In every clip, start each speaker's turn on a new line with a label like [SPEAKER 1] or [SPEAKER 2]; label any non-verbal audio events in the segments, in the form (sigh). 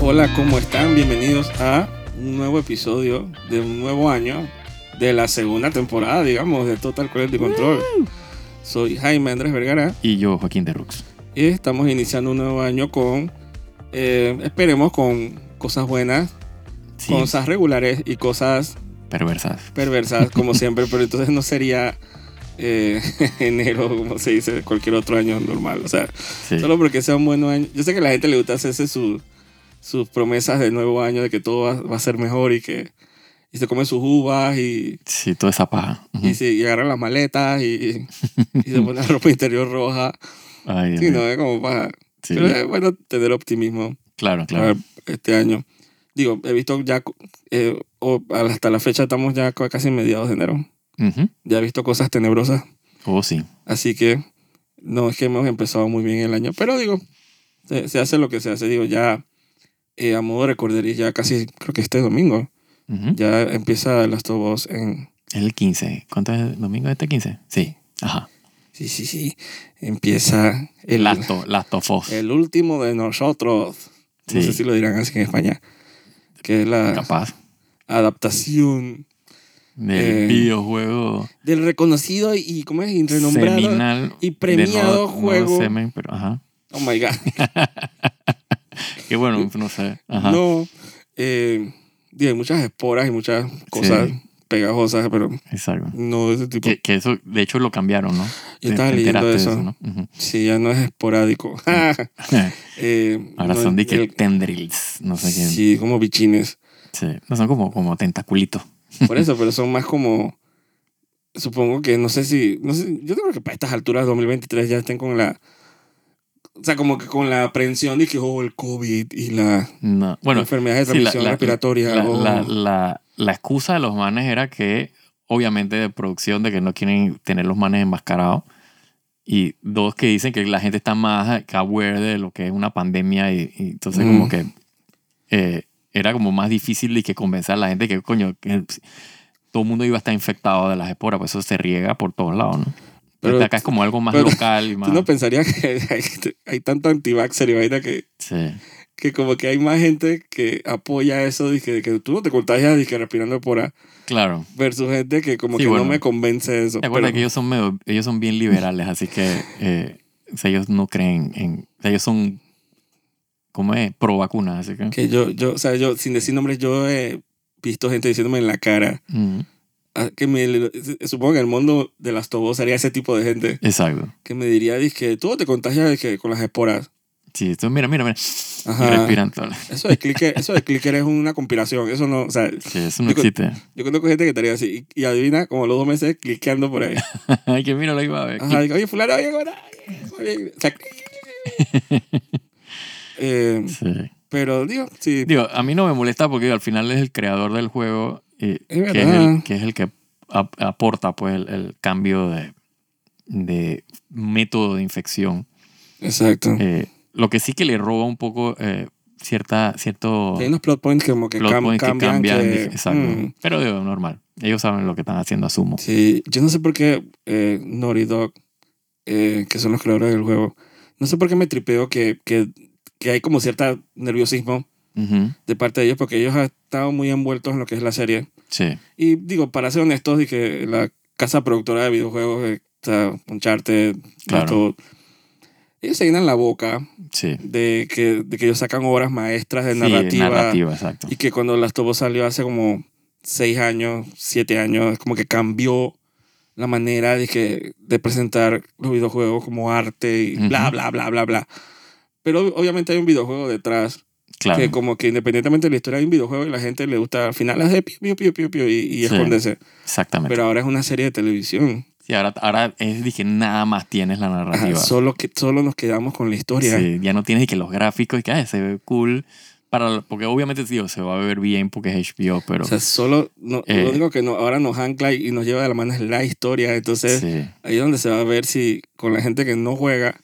[SPEAKER 1] Hola, ¿cómo están? Bienvenidos a un nuevo episodio de un nuevo año de la segunda temporada, digamos, de Total Quality Control. Soy Jaime Andrés Vergara
[SPEAKER 2] Y yo, Joaquín de Rux.
[SPEAKER 1] y estamos iniciando un nuevo año con, eh, esperemos, con cosas buenas,
[SPEAKER 2] Sí,
[SPEAKER 1] cosas regulares y cosas
[SPEAKER 2] perversas.
[SPEAKER 1] perversas, como siempre, pero entonces no sería eh, (laughs) enero, como se dice, cualquier otro año normal. O sea,
[SPEAKER 2] Sí.
[SPEAKER 1] solo porque sea un buen año. Yo sé que a la gente le gusta hacerse su- sus promesas de nuevo año, de que todo va, va a ser mejor y que y se comen sus uvas y,
[SPEAKER 2] Sí, toda esa paja. Ujú.
[SPEAKER 1] y, se- y agarran las maletas y, y se ponen
[SPEAKER 2] (laughs)
[SPEAKER 1] la ropa interior roja.
[SPEAKER 2] Ay, Dios
[SPEAKER 1] Sí,
[SPEAKER 2] mío.
[SPEAKER 1] no, es como paja.
[SPEAKER 2] Sí,
[SPEAKER 1] Pero es bueno tener optimismo
[SPEAKER 2] claro, claro.
[SPEAKER 1] para este año. Digo, he visto ya, eh, o hasta la fecha estamos ya casi en mediados de enero
[SPEAKER 2] Ujú.
[SPEAKER 1] ya he visto cosas tenebrosas.
[SPEAKER 2] Oh, sí.
[SPEAKER 1] Así que no es que hemos empezado muy bien el año. Pero digo, se, se hace lo que se hace. Digo, ya eh, a modo de recorderis, ya casi creo que este domingo,
[SPEAKER 2] Ujú.
[SPEAKER 1] ya empieza las of Us en.
[SPEAKER 2] El 15. ¿Cuánto es el domingo este 15? Sí. Ajá.
[SPEAKER 1] Sí, sí, sí. Empieza el,
[SPEAKER 2] Lasto, Lastofos.
[SPEAKER 1] el último de nosotros. No
[SPEAKER 2] Sí.
[SPEAKER 1] sé si lo dirán así en España. Que es la
[SPEAKER 2] Capaz.
[SPEAKER 1] adaptación
[SPEAKER 2] Del
[SPEAKER 1] Eh,
[SPEAKER 2] videojuego
[SPEAKER 1] del reconocido y, ¿cómo es? Y renombrado.
[SPEAKER 2] seminal.
[SPEAKER 1] y premiado
[SPEAKER 2] de no- no
[SPEAKER 1] juego.
[SPEAKER 2] semen, pero, ajá.
[SPEAKER 1] Oh my God.
[SPEAKER 2] Qué bueno, no sé. (laughs) Ajá.
[SPEAKER 1] No, eh, y hay muchas esporas y muchas cosas
[SPEAKER 2] Sí.
[SPEAKER 1] pegajosas, pero
[SPEAKER 2] Exacto.
[SPEAKER 1] no de ese tipo.
[SPEAKER 2] Que, que eso, de hecho, lo cambiaron, ¿no?
[SPEAKER 1] Yo
[SPEAKER 2] Te-
[SPEAKER 1] estaba
[SPEAKER 2] te
[SPEAKER 1] leyendo
[SPEAKER 2] enteraste de
[SPEAKER 1] eso.
[SPEAKER 2] ¿no? Ujú.
[SPEAKER 1] Sí, ya no es esporádico. (laughs) Eh,
[SPEAKER 2] Ahora
[SPEAKER 1] no,
[SPEAKER 2] son de que
[SPEAKER 1] el-
[SPEAKER 2] tendrils. No sé qué.
[SPEAKER 1] Sí, como bichines.
[SPEAKER 2] Sí. No son como, como tentaculitos.
[SPEAKER 1] Por
[SPEAKER 2] (laughs)
[SPEAKER 1] eso, pero son más como... Supongo que, no sé si... No sé, yo creo que para estas alturas 2023 ya estén con la... O sea, como que con la aprensión de que, oh, el COVID y la
[SPEAKER 2] No. Bueno,
[SPEAKER 1] enfermedad de
[SPEAKER 2] Sí, la-
[SPEAKER 1] transmisión
[SPEAKER 2] la-
[SPEAKER 1] respiratoria.
[SPEAKER 2] La,
[SPEAKER 1] oh.
[SPEAKER 2] la- la- la excusa de los manes era que, obviamente, de producción, de que no quieren tener los manes enmascarados. Y dos, que dicen que la gente está más aware de lo que es una pandemia. Y, y entonces,
[SPEAKER 1] Mm.
[SPEAKER 2] como que eh, era como más difícil y que convencer a la gente que, coño, que todo el mundo iba a estar infectado de las esporas. Pues eso se riega por todos lados, ¿no?
[SPEAKER 1] Pero
[SPEAKER 2] Pero acá es como algo más
[SPEAKER 1] pero-
[SPEAKER 2] local y más.
[SPEAKER 1] ¿Tú no pensarías que (laughs) hay, hay tanto anti-vaxxer y vaina que...
[SPEAKER 2] sí.
[SPEAKER 1] que como que hay más gente que apoya eso de que, de que tú no te contagias de que respirando por A
[SPEAKER 2] Claro.
[SPEAKER 1] versus gente que como
[SPEAKER 2] Sí,
[SPEAKER 1] que
[SPEAKER 2] bueno.
[SPEAKER 1] no me convence de
[SPEAKER 2] (laughs)
[SPEAKER 1] eso.
[SPEAKER 2] Te acuerdas
[SPEAKER 1] pero-
[SPEAKER 2] que ellos son, medio- ellos son bien liberales, así que eh, o sea, ellos no creen en... o sea, ellos son, ¿cómo es? Pro vacunas, así que...
[SPEAKER 1] que yo, yo, o sea, yo sin decir nombres, yo he visto gente diciéndome en la cara
[SPEAKER 2] Mm,
[SPEAKER 1] ah, que me, supongo que en el mundo de las tobos haría ese tipo de gente
[SPEAKER 2] exacto.
[SPEAKER 1] que me diría, que tú no te contagias dizque, con las esporas.
[SPEAKER 2] Sí, esto, mira, mira, mira.
[SPEAKER 1] Ajá.
[SPEAKER 2] Y respiran todo.
[SPEAKER 1] Eso de clicker, eso de clicker es una conspiración. Eso no, o sea,
[SPEAKER 2] Sí, eso no
[SPEAKER 1] Yo con-
[SPEAKER 2] existe. (laughs)
[SPEAKER 1] yo conozco gente que estaría así y, y adivina como los dos meses cliqueando
[SPEAKER 2] (laughs)
[SPEAKER 1] por ahí.
[SPEAKER 2] Ay, que mira, lo iba a ver.
[SPEAKER 1] Ajá, digo, oye, fulano, oye, ahora, oye,
[SPEAKER 2] (laughs)
[SPEAKER 1] o sea, eh,
[SPEAKER 2] Sí.
[SPEAKER 1] pero digo, sí,
[SPEAKER 2] Digo, a mí no me molesta porque digo, al final es el creador del juego y que, es
[SPEAKER 1] verdad.
[SPEAKER 2] el, que es el que ap- aporta pues el, el cambio de, de método de infección.
[SPEAKER 1] exacto.
[SPEAKER 2] Eh, lo que sí que le roba un poco eh, cierta, cierto...
[SPEAKER 1] Hay unos plot points como que,
[SPEAKER 2] plot
[SPEAKER 1] cam-
[SPEAKER 2] points que
[SPEAKER 1] cambian.
[SPEAKER 2] cambian,
[SPEAKER 1] que-
[SPEAKER 2] dif- exacto.
[SPEAKER 1] mm,
[SPEAKER 2] Pero digo, normal. Ellos saben lo que están haciendo, asumo.
[SPEAKER 1] sí, yo no sé por qué eh, Naughty Dog, eh, que son los creadores del juego, no sé por qué me tripeo que, que, que hay como cierto nerviosismo
[SPEAKER 2] Ujú.
[SPEAKER 1] de parte de ellos porque ellos han estado muy envueltos en lo que es la serie.
[SPEAKER 2] Sí,
[SPEAKER 1] Y digo, para ser honestos, y que la casa productora de videojuegos, eh, o sea, Uncharted,
[SPEAKER 2] Claro.
[SPEAKER 1] todo, ellos se llenan la boca
[SPEAKER 2] sí.
[SPEAKER 1] de que, de que ellos sacan obras maestras de
[SPEAKER 2] Sí,
[SPEAKER 1] narrativa.
[SPEAKER 2] narrativa, exacto.
[SPEAKER 1] Y que cuando Las Tobos salió hace como seis años, siete años, como que cambió la manera de, que, de presentar los videojuegos como arte y bla,
[SPEAKER 2] Ujú.
[SPEAKER 1] bla, bla, bla, bla. Pero ob- obviamente hay un videojuego detrás,
[SPEAKER 2] Claro.
[SPEAKER 1] que como que independientemente de la historia hay un videojuego y la gente le gusta al final las de piu, piu, piu, piu, piu, y, y
[SPEAKER 2] Sí.
[SPEAKER 1] esconderse.
[SPEAKER 2] Exactamente.
[SPEAKER 1] Pero ahora es una serie de televisión.
[SPEAKER 2] Sí, ahora, ahora es, dije, nada más tienes la
[SPEAKER 1] Ajá,
[SPEAKER 2] narrativa.
[SPEAKER 1] solo, que, solo nos quedamos con la historia.
[SPEAKER 2] Sí, ya no tienes que los gráficos y que ay, se ve cool. Para, porque obviamente sí, o se va a ver bien porque es HBO, pero...
[SPEAKER 1] O sea, solo, no,
[SPEAKER 2] Eh.
[SPEAKER 1] lo único que no, ahora nos ancla y y nos lleva de la mano es la historia. Entonces,
[SPEAKER 2] sí.
[SPEAKER 1] Ahí es donde se va a ver si con la gente que no juega.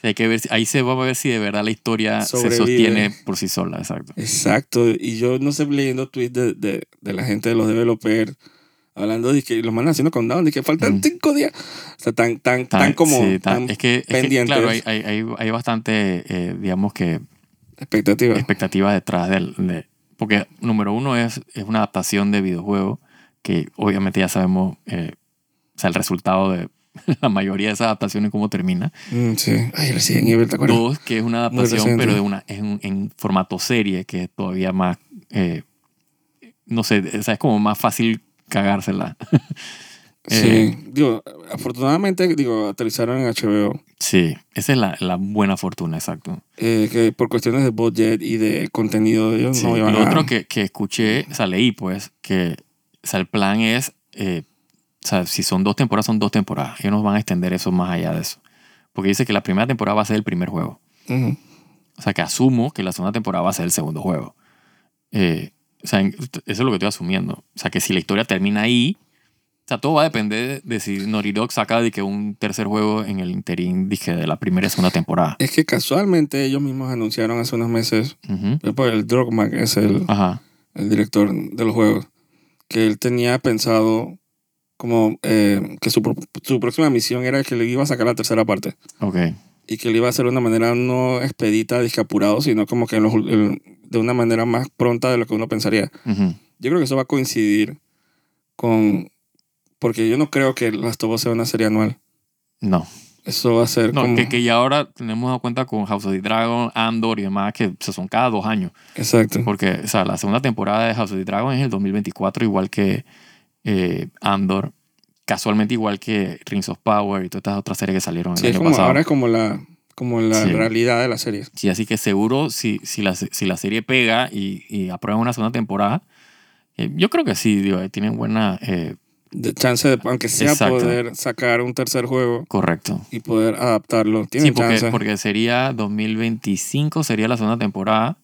[SPEAKER 2] Sí, hay que ver, si- ahí se va a ver si de verdad la historia
[SPEAKER 1] Sobrevive.
[SPEAKER 2] se sostiene por sí sola, exacto.
[SPEAKER 1] Exacto. Y yo no sé leyendo tweets de, de, de la gente de los developers hablando de que los mandan haciendo countdown, de que faltan
[SPEAKER 2] Mm.
[SPEAKER 1] cinco días. O sea, tan, tan, tan, como.
[SPEAKER 2] sí, tan-
[SPEAKER 1] tan-
[SPEAKER 2] es que, es que,
[SPEAKER 1] pendientes.
[SPEAKER 2] claro, hay, hay, hay- hay bastante, eh, digamos que,
[SPEAKER 1] Expectativa.
[SPEAKER 2] expectativas detrás del... de- porque número uno es, es una adaptación de videojuego que obviamente ya sabemos eh, o sea, el resultado de (laughs) la mayoría de esas adaptaciones cómo termina.
[SPEAKER 1] Mm, sí. Ay, el Resident Evil, ¿te acuerdas?
[SPEAKER 2] Dos, que es una
[SPEAKER 1] Muy
[SPEAKER 2] adaptación,
[SPEAKER 1] reciente.
[SPEAKER 2] pero de una, es un- en formato serie, que es todavía más, eh, no sé, o sea, es como más fácil cagársela. eh.
[SPEAKER 1] Sí. Digo, afortunadamente, digo, aterrizaron en HBO.
[SPEAKER 2] Sí, esa es la, la buena fortuna, exacto.
[SPEAKER 1] eh, que por cuestiones de budget y de contenido de ellos
[SPEAKER 2] Sí,
[SPEAKER 1] no iban
[SPEAKER 2] Lo
[SPEAKER 1] a...
[SPEAKER 2] otro que, que escuché, o sea, leí pues, que o sea, el plan es, eh, o sea, si son dos temporadas, son dos temporadas. Ellos no van a extender eso más allá de eso. Porque dice que la primera temporada va a ser el primer juego.
[SPEAKER 1] Ujú.
[SPEAKER 2] O sea, que asumo que la segunda temporada va a ser el segundo juego. Eh, o sea, en- eso es lo que estoy asumiendo. O sea, que si la historia termina ahí, o sea, todo va a depender de si Naughty Dog saca de que un tercer juego en el interín, dije, de la primera y segunda temporada.
[SPEAKER 1] Es que casualmente ellos mismos anunciaron hace unos meses,
[SPEAKER 2] Ujú.
[SPEAKER 1] pues, el Drogman, que es el,
[SPEAKER 2] Ajá.
[SPEAKER 1] el director de los juegos, que él tenía pensado como eh, que su, pro- su próxima misión era que le iba a sacar la tercera parte
[SPEAKER 2] Ok.
[SPEAKER 1] y que le iba a hacer de una manera no expedita, discapurado, sino como que en los ul- en- de una manera más pronta de lo que uno pensaría.
[SPEAKER 2] Ujú.
[SPEAKER 1] Yo creo que eso va a coincidir con... Porque yo no creo que Las Tobos sea una serie anual.
[SPEAKER 2] No.
[SPEAKER 1] Eso va a ser
[SPEAKER 2] No,
[SPEAKER 1] como...
[SPEAKER 2] que, que ya ahora tenemos dado cuenta con House of the Dragon, Andor y demás, que o sea, son cada dos años.
[SPEAKER 1] Exacto.
[SPEAKER 2] Porque o sea, la segunda temporada de House of the Dragon es el 2024, igual que eh, Andor. Casualmente igual que Rings of Power y todas estas otras series que salieron el
[SPEAKER 1] Sí, es
[SPEAKER 2] año
[SPEAKER 1] como,
[SPEAKER 2] pasado.
[SPEAKER 1] ahora es como la, como la
[SPEAKER 2] Sí.
[SPEAKER 1] realidad de la serie.
[SPEAKER 2] Sí, así que seguro si, si, la, se- si la serie pega y, y aprueban una segunda temporada, eh, yo creo que sí, digo, eh, tienen buena... eh,
[SPEAKER 1] De chance de, aunque sea
[SPEAKER 2] Exacto.
[SPEAKER 1] poder sacar un tercer juego
[SPEAKER 2] correcto.
[SPEAKER 1] y poder adaptarlo. Tiene
[SPEAKER 2] Sí, porque,
[SPEAKER 1] chance.
[SPEAKER 2] porque sería 2025 sería la segunda temporada.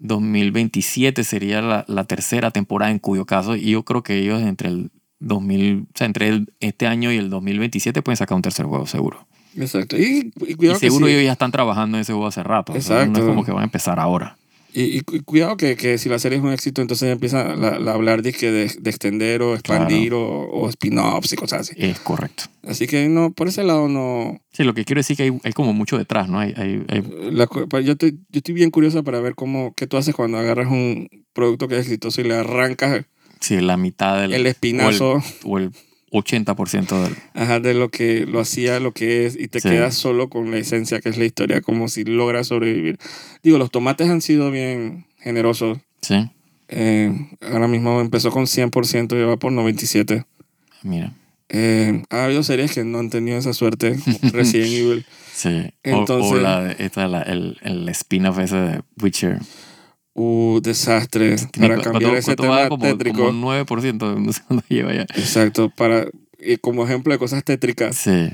[SPEAKER 2] 2027 sería la, la tercera temporada, en cuyo caso y yo creo que ellos entre el 2000, o sea, entre el- este año y el 2027 pueden sacar un tercer juego, seguro.
[SPEAKER 1] Exacto. Y, y
[SPEAKER 2] Y
[SPEAKER 1] cuidado que
[SPEAKER 2] seguro
[SPEAKER 1] sí.
[SPEAKER 2] ellos ya están trabajando en ese juego hace rato. o sea, no
[SPEAKER 1] Exacto.
[SPEAKER 2] es como que van a empezar ahora.
[SPEAKER 1] Y, y cu- y cuidado que, que si la serie es un éxito, entonces ya empieza la, la hablar dizque de, de extender o expandir o, o spin-offs y cosas así.
[SPEAKER 2] Es correcto.
[SPEAKER 1] Así que no, por ese lado no.
[SPEAKER 2] Sí, lo que quiero decir es que hay, hay como mucho detrás, ¿no? Hay, hay- hay-
[SPEAKER 1] La cu- pa- yo, estoy, yo estoy bien curiosa para ver cómo, qué tú haces cuando agarras un producto que es exitoso y le arrancas
[SPEAKER 2] sí, la mitad del...
[SPEAKER 1] el espinazo.
[SPEAKER 2] O el 80% del...
[SPEAKER 1] Ajá, de lo que lo hacía, lo que es, y te
[SPEAKER 2] Sí.
[SPEAKER 1] quedas solo con la esencia que es la historia, como si logras sobrevivir. Digo, los tomates han sido bien generosos.
[SPEAKER 2] Sí,
[SPEAKER 1] Eh, ahora mismo empezó con 100% y va por 97.
[SPEAKER 2] mira.
[SPEAKER 1] Eh, ha habido series que no han tenido esa suerte, como
[SPEAKER 2] (laughs)
[SPEAKER 1] Resident Evil.
[SPEAKER 2] Sí. O- o,
[SPEAKER 1] Entonces-
[SPEAKER 2] la, esta, la- el, el spin-off ese de Witcher.
[SPEAKER 1] Uh, desastre.
[SPEAKER 2] Ni
[SPEAKER 1] Para cambiar
[SPEAKER 2] cu- cuánto-
[SPEAKER 1] ese
[SPEAKER 2] cuánto va
[SPEAKER 1] tema
[SPEAKER 2] como,
[SPEAKER 1] tétrico.
[SPEAKER 2] como 9%, (laughs) no sé cuánto lleva ya.
[SPEAKER 1] Exacto, para, y como ejemplo de cosas tétricas.
[SPEAKER 2] Sí.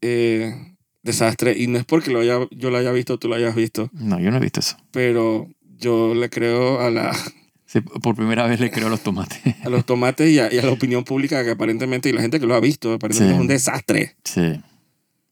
[SPEAKER 1] eh, desastre. Y no es porque lo haya, yo lo haya visto o tú lo hayas visto,
[SPEAKER 2] No, yo no he visto eso.
[SPEAKER 1] pero yo le creo a la...
[SPEAKER 2] Sí, por primera vez le creo a los tomates. (laughs)
[SPEAKER 1] a los tomates y a, y a la opinión pública que aparentemente y la gente que lo ha visto aparentemente
[SPEAKER 2] Sí.
[SPEAKER 1] es un desastre
[SPEAKER 2] Sí.